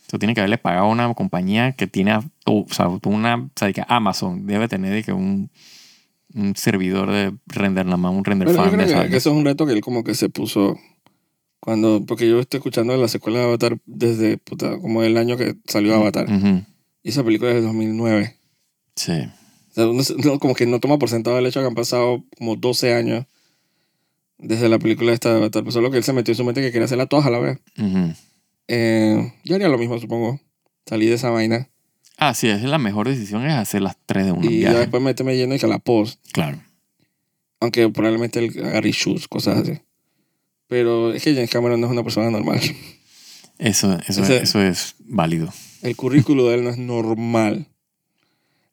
[SPEAKER 2] Eso tiene que haberle pagado a una compañía que tiene, a to- o sea, una, o sea, de que Amazon debe tener de que un, un servidor de render, nada más un render
[SPEAKER 1] Pero yo
[SPEAKER 2] farm de
[SPEAKER 1] creo
[SPEAKER 2] esa
[SPEAKER 1] que, que
[SPEAKER 2] vaina.
[SPEAKER 1] eso es un reto que él como que se puso. Cuando, porque yo estoy escuchando la secuela de Avatar desde puta, como el año que salió Avatar.
[SPEAKER 2] Ujú.
[SPEAKER 1] Y esa película es del 2009.
[SPEAKER 2] Sí,
[SPEAKER 1] O sea, uno, se- uno como que no toma por sentado el hecho de que han pasado como 12 años desde la película esta de Avatar. Pues solo que él se metió en su mente que quería hacerla todas a la vez.
[SPEAKER 2] Ujú.
[SPEAKER 1] Eh, yo haría lo mismo, supongo. Salí de esa vaina.
[SPEAKER 2] Ah, sí, es la mejor decisión es hacer las tres de un
[SPEAKER 1] Y ya
[SPEAKER 2] viaje.
[SPEAKER 1] después meterme lleno y que a la post.
[SPEAKER 2] Claro.
[SPEAKER 1] Aunque probablemente él agarre shoes, cosas así. Pero es que James Cameron no es una persona normal. (laughs)
[SPEAKER 2] Eso, eso,
[SPEAKER 1] O sea-
[SPEAKER 2] eso es válido.
[SPEAKER 1] El currículo de él no es normal.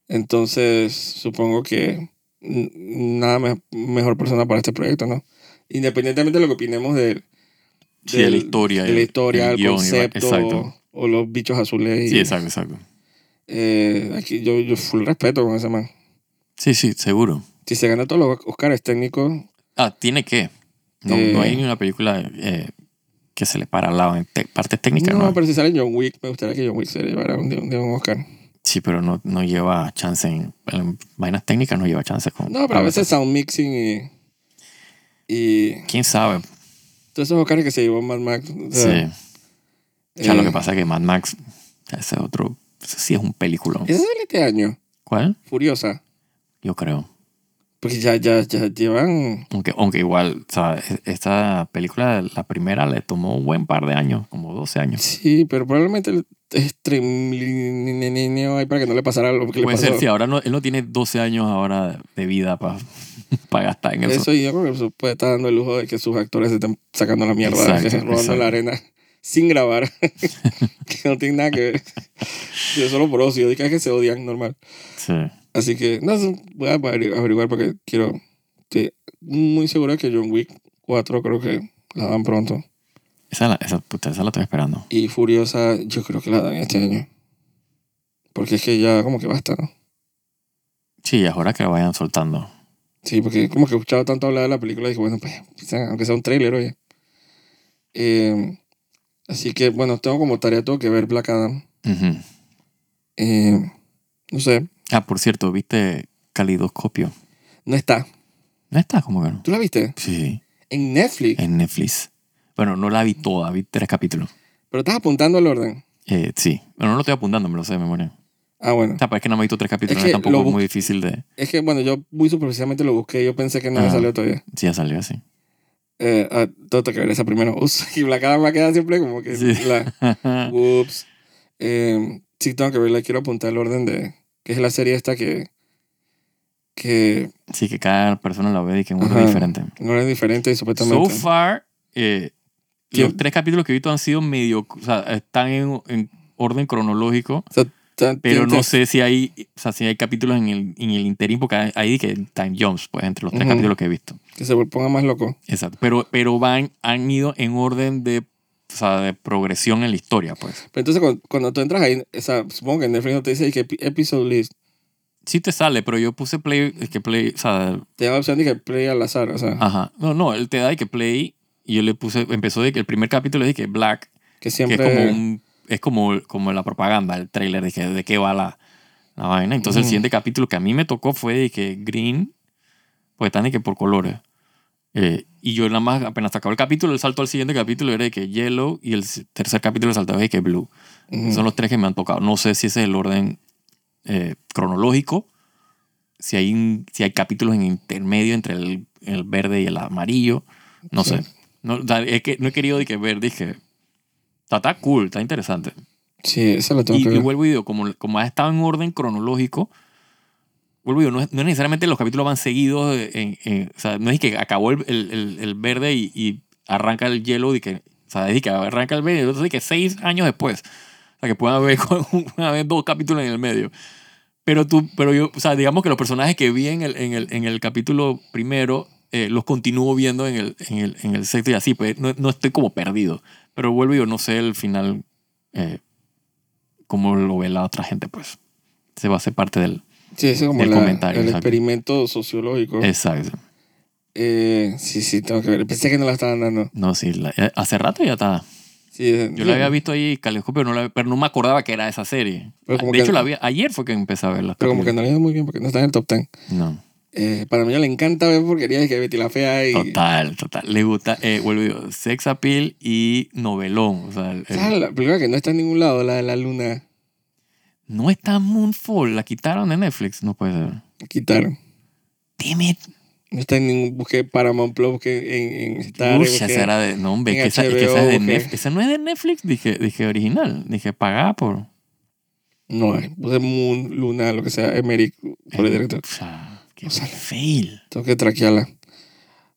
[SPEAKER 1] Entonces, supongo que n- nada me- mejor persona para este proyecto, ¿no? Independientemente de lo que opinemos de él.
[SPEAKER 2] Sí, de la
[SPEAKER 1] del-
[SPEAKER 2] historia.
[SPEAKER 1] de la historia,
[SPEAKER 2] del
[SPEAKER 1] el,
[SPEAKER 2] guión,
[SPEAKER 1] concepto
[SPEAKER 2] Exacto.
[SPEAKER 1] o los bichos azules. Y,
[SPEAKER 2] Sí, exacto, exacto.
[SPEAKER 1] eh, aquí yo, yo full respeto con ese man.
[SPEAKER 2] Sí, sí, seguro.
[SPEAKER 1] Si se gana todos los Oscars técnicos,
[SPEAKER 2] Ah, tiene que. No,
[SPEAKER 1] Eh.
[SPEAKER 2] no hay ni una película eh, que se le para al lado en te- partes técnicas.
[SPEAKER 1] no,
[SPEAKER 2] No,
[SPEAKER 1] pero si sale John Wick, me gustaría que John Wick se llevara un, día- un, día un Oscar.
[SPEAKER 2] Sí, pero no, no lleva chance en, en vainas técnicas, no lleva chance con.
[SPEAKER 1] No, pero a veces sound mixing y. Y
[SPEAKER 2] ¿Quién sabe?
[SPEAKER 1] todos esos Oscars que se llevó Mad Max. o
[SPEAKER 2] Sí.
[SPEAKER 1] sea,
[SPEAKER 2] O sea, lo
[SPEAKER 1] eh,
[SPEAKER 2] que pasa es que Mad Max, ese otro, ese sí es un película.
[SPEAKER 1] Ese sale este año,
[SPEAKER 2] ¿Cuál?
[SPEAKER 1] Furiosa.
[SPEAKER 2] Yo creo.
[SPEAKER 1] Porque ya, ya, ya llevan.
[SPEAKER 2] Aunque, aunque igual, o sea, es- esta película, la primera, le tomó un buen par de años, como 12 años.
[SPEAKER 1] Sí, pero probablemente el streamlineo ahí para que no le pasara lo que le
[SPEAKER 2] Puede
[SPEAKER 1] pasó.
[SPEAKER 2] ser, sí, ahora no, él no tiene 12 años ahora de vida (laughs) para gastar en eso.
[SPEAKER 1] Eso y yo creo que se puede estar dando el lujo de que sus actores se estén sacando la mierda, (laughs)
[SPEAKER 2] Exacto,
[SPEAKER 1] que- robando
[SPEAKER 2] exacto.
[SPEAKER 1] la arena sin grabar, (laughs) que no tiene nada que
[SPEAKER 2] (laughs)
[SPEAKER 1] ver. Yo solo por ocio, diga que se odian normal.
[SPEAKER 2] Sí.
[SPEAKER 1] Así que no sé, voy a averi- averiguar porque quiero. Estoy muy seguro que John Wick 4 creo que la dan pronto.
[SPEAKER 2] Esa, la, esa, puta, esa la estoy esperando.
[SPEAKER 1] Y Furiosa, yo creo que la dan este año. Porque es que ya como que basta, ¿no?
[SPEAKER 2] Sí, es hora que la vayan soltando.
[SPEAKER 1] Sí, porque como que he escuchado tanto hablar de la película, dije, bueno, pues, pues, aunque sea un tráiler, oye. Eh, así que, bueno, tengo como tarea todo que ver Black Adam.
[SPEAKER 2] Ujú.
[SPEAKER 1] Eh, no sé,
[SPEAKER 2] Ah, por cierto, ¿viste Calidoscopio?
[SPEAKER 1] no está.
[SPEAKER 2] No está como que no.
[SPEAKER 1] ¿Tú la viste?
[SPEAKER 2] Sí,
[SPEAKER 1] En Netflix.
[SPEAKER 2] en Netflix. Bueno, no la vi toda, vi tres capítulos.
[SPEAKER 1] Pero estás apuntando el orden. Eh,
[SPEAKER 2] sí. Bueno, no lo estoy apuntando, me lo sé de memoria.
[SPEAKER 1] Ah, bueno.
[SPEAKER 2] O sea, pero es que nada más he visto tres capítulos,
[SPEAKER 1] Es que
[SPEAKER 2] tampoco
[SPEAKER 1] lo
[SPEAKER 2] es
[SPEAKER 1] bus-
[SPEAKER 2] muy difícil de...
[SPEAKER 1] Es que, bueno, yo muy superficialmente lo busqué. Yo pensé que no me
[SPEAKER 2] Ah.
[SPEAKER 1] salió todavía.
[SPEAKER 2] Sí, ya salió así. (laughs)
[SPEAKER 1] Eh, ah, todo tengo que ver esa primero. Ups, (laughs) y Black Adam va a quedar siempre como que
[SPEAKER 2] Sí.
[SPEAKER 1] la... Ups. Eh, sí, tengo que verla. Quiero apuntar el orden de... Que es la serie esta que... Que
[SPEAKER 2] sí, que cada persona la ve y que en uno
[SPEAKER 1] Ajá.
[SPEAKER 2] es diferente.
[SPEAKER 1] No era diferente,
[SPEAKER 2] So
[SPEAKER 1] supuestamente.
[SPEAKER 2] far, eh,
[SPEAKER 1] ¿Quién?
[SPEAKER 2] los tres capítulos que he visto han sido medio, o sea, están en, en orden cronológico,
[SPEAKER 1] Tan-
[SPEAKER 2] pero
[SPEAKER 1] tiente-
[SPEAKER 2] no sé si hay, o sea, si hay capítulos en el, en el interín, porque hay, hay que time jumps, pues, entre los tres
[SPEAKER 1] Ujú.
[SPEAKER 2] capítulos que he visto.
[SPEAKER 1] Que se ponga más loco.
[SPEAKER 2] Exacto. Pero, pero van, han ido en orden de, o sea, de progresión en la historia, pues.
[SPEAKER 1] Pero entonces, cuando, cuando tú entras ahí, o sea, supongo que en Netflix no te dice "Y que epi- episode list.
[SPEAKER 2] Sí te sale, pero yo puse play, es que play, o sea, Ah,
[SPEAKER 1] Te da la opción de que play al azar, o sea.
[SPEAKER 2] ajá. No, no, él te da y que play y, y yo le puse, empezó de que el primer capítulo dije Black,
[SPEAKER 1] Que siempre.
[SPEAKER 2] que es como un, es como, como la propaganda, el trailer, dije, ¿de qué va la, la vaina? Entonces el
[SPEAKER 1] Ujú.
[SPEAKER 2] siguiente capítulo que a mí me tocó fue de que Green, pues están de que por colores. Eh, y yo nada más, apenas acabó el capítulo, el salto al siguiente capítulo era de que Yellow y el s- tercer capítulo saltaba de que Blue.
[SPEAKER 1] Ujú.
[SPEAKER 2] Son los tres que me han tocado. No sé si ese es el orden eh, cronológico, si hay, un- si hay capítulos en intermedio entre el, el verde y el amarillo. No
[SPEAKER 1] Sí.
[SPEAKER 2] sé. No, o sea, es que no he querido de que ver, dije. Está, está cool, está interesante.
[SPEAKER 1] Sí, esa la tengo
[SPEAKER 2] Y,
[SPEAKER 1] que
[SPEAKER 2] y
[SPEAKER 1] ver.
[SPEAKER 2] vuelvo y digo, como, como ha estado en orden cronológico, vuelvo y digo, no, es, no es necesariamente los capítulos van seguidos. eh, En, en- o sea, no es que acabó el, el- el- el verde y, y arranca el hielo. Y que, o sea, es que arranca el verde y el otro, y que seis años después. O sea, que pueden haber, (laughs) pueden haber dos capítulos en el medio. Pero tú, pero yo, o sea, digamos que los personajes que vi en el, en el, en el capítulo primero, eh, los continúo viendo en el, en el, en el sexto y así, pues no, no estoy como perdido. Pero vuelvo y yo no sé el final, eh, cómo lo ve la otra gente, pues. Se va a hacer parte del...
[SPEAKER 1] Sí, ese es como
[SPEAKER 2] del
[SPEAKER 1] la-
[SPEAKER 2] comentario,
[SPEAKER 1] el
[SPEAKER 2] exacto.
[SPEAKER 1] experimento sociológico.
[SPEAKER 2] Exacto.
[SPEAKER 1] Eh, sí, sí, tengo que ver. Pensé que no la estaban dando.
[SPEAKER 2] No, sí, la- eh, hace rato ya está.
[SPEAKER 1] Sí, eh,
[SPEAKER 2] Yo la había visto ahí, Caleoscopio, no la- pero no me acordaba que era esa serie.
[SPEAKER 1] Pero como
[SPEAKER 2] de
[SPEAKER 1] que-
[SPEAKER 2] hecho, la vi, ayer fue que empecé a verla.
[SPEAKER 1] Pero como que no le ha ido muy bien porque no está en el top 10.
[SPEAKER 2] No.
[SPEAKER 1] Eh, para mí le encanta ver porquerías de que Betty la Fea y...
[SPEAKER 2] Total, total. Le gusta, eh, vuelvo y digo, sex appeal y novelón. O sea, el- el-
[SPEAKER 1] ¿Sabes la película que no está en ningún lado? La de la luna.
[SPEAKER 2] no está Moonfall, la quitaron de Netflix, no puede ser.
[SPEAKER 1] La quitaron.
[SPEAKER 2] Damn it.
[SPEAKER 1] No está en ningún... Busqué Paramount Plus, busqué en, en Star,
[SPEAKER 2] Uy,
[SPEAKER 1] busqué-
[SPEAKER 2] esa era de. No, hombre,
[SPEAKER 1] en
[SPEAKER 2] que esa, es que
[SPEAKER 1] HBO,
[SPEAKER 2] esa es de
[SPEAKER 1] ok.
[SPEAKER 2] Netflix. Esa no es de Netflix, dije, dije original. Dije pagada por.
[SPEAKER 1] No, eh, puse Moon, Luna, lo que sea, Emerick, por el director.
[SPEAKER 2] O sea, eh, qué
[SPEAKER 1] O sea,
[SPEAKER 2] fail.
[SPEAKER 1] Tengo que traquearla.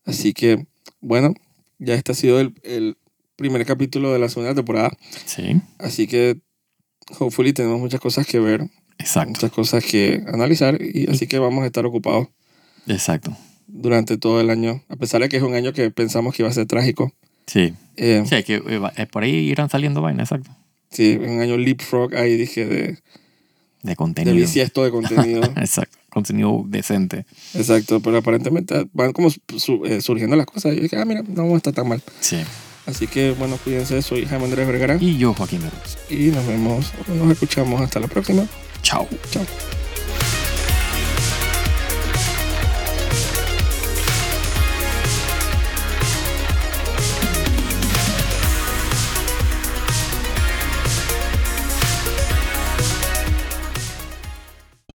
[SPEAKER 1] Así que, bueno, ya este ha sido el, el primer capítulo de la segunda temporada.
[SPEAKER 2] Sí,
[SPEAKER 1] Así que, hopefully, tenemos muchas cosas que ver,
[SPEAKER 2] exacto,
[SPEAKER 1] muchas cosas que analizar. Y así que vamos a estar ocupados
[SPEAKER 2] exacto.
[SPEAKER 1] durante todo el año. A pesar de que es un año que pensamos que iba a ser trágico.
[SPEAKER 2] Sí,
[SPEAKER 1] Eh,
[SPEAKER 2] sí, hay que, eh, va- eh, por ahí irán saliendo vainas, exacto.
[SPEAKER 1] sí, es un año leapfrog ahí, dije, de,
[SPEAKER 2] De
[SPEAKER 1] de
[SPEAKER 2] contenido.
[SPEAKER 1] bisiesto de (laughs) contenido.
[SPEAKER 2] Exacto, contenido decente.
[SPEAKER 1] Exacto, pero aparentemente van como su- eh, surgiendo las cosas. Y yo dije, ah, mira, no vamos a estar tan mal.
[SPEAKER 2] Sí.
[SPEAKER 1] Así que, bueno, cuídense. Soy Jaime Andrés Vergara.
[SPEAKER 2] Y yo, Joaquín Berros.
[SPEAKER 1] y nos vemos, nos escuchamos hasta la próxima.
[SPEAKER 2] Chao.
[SPEAKER 1] Chao.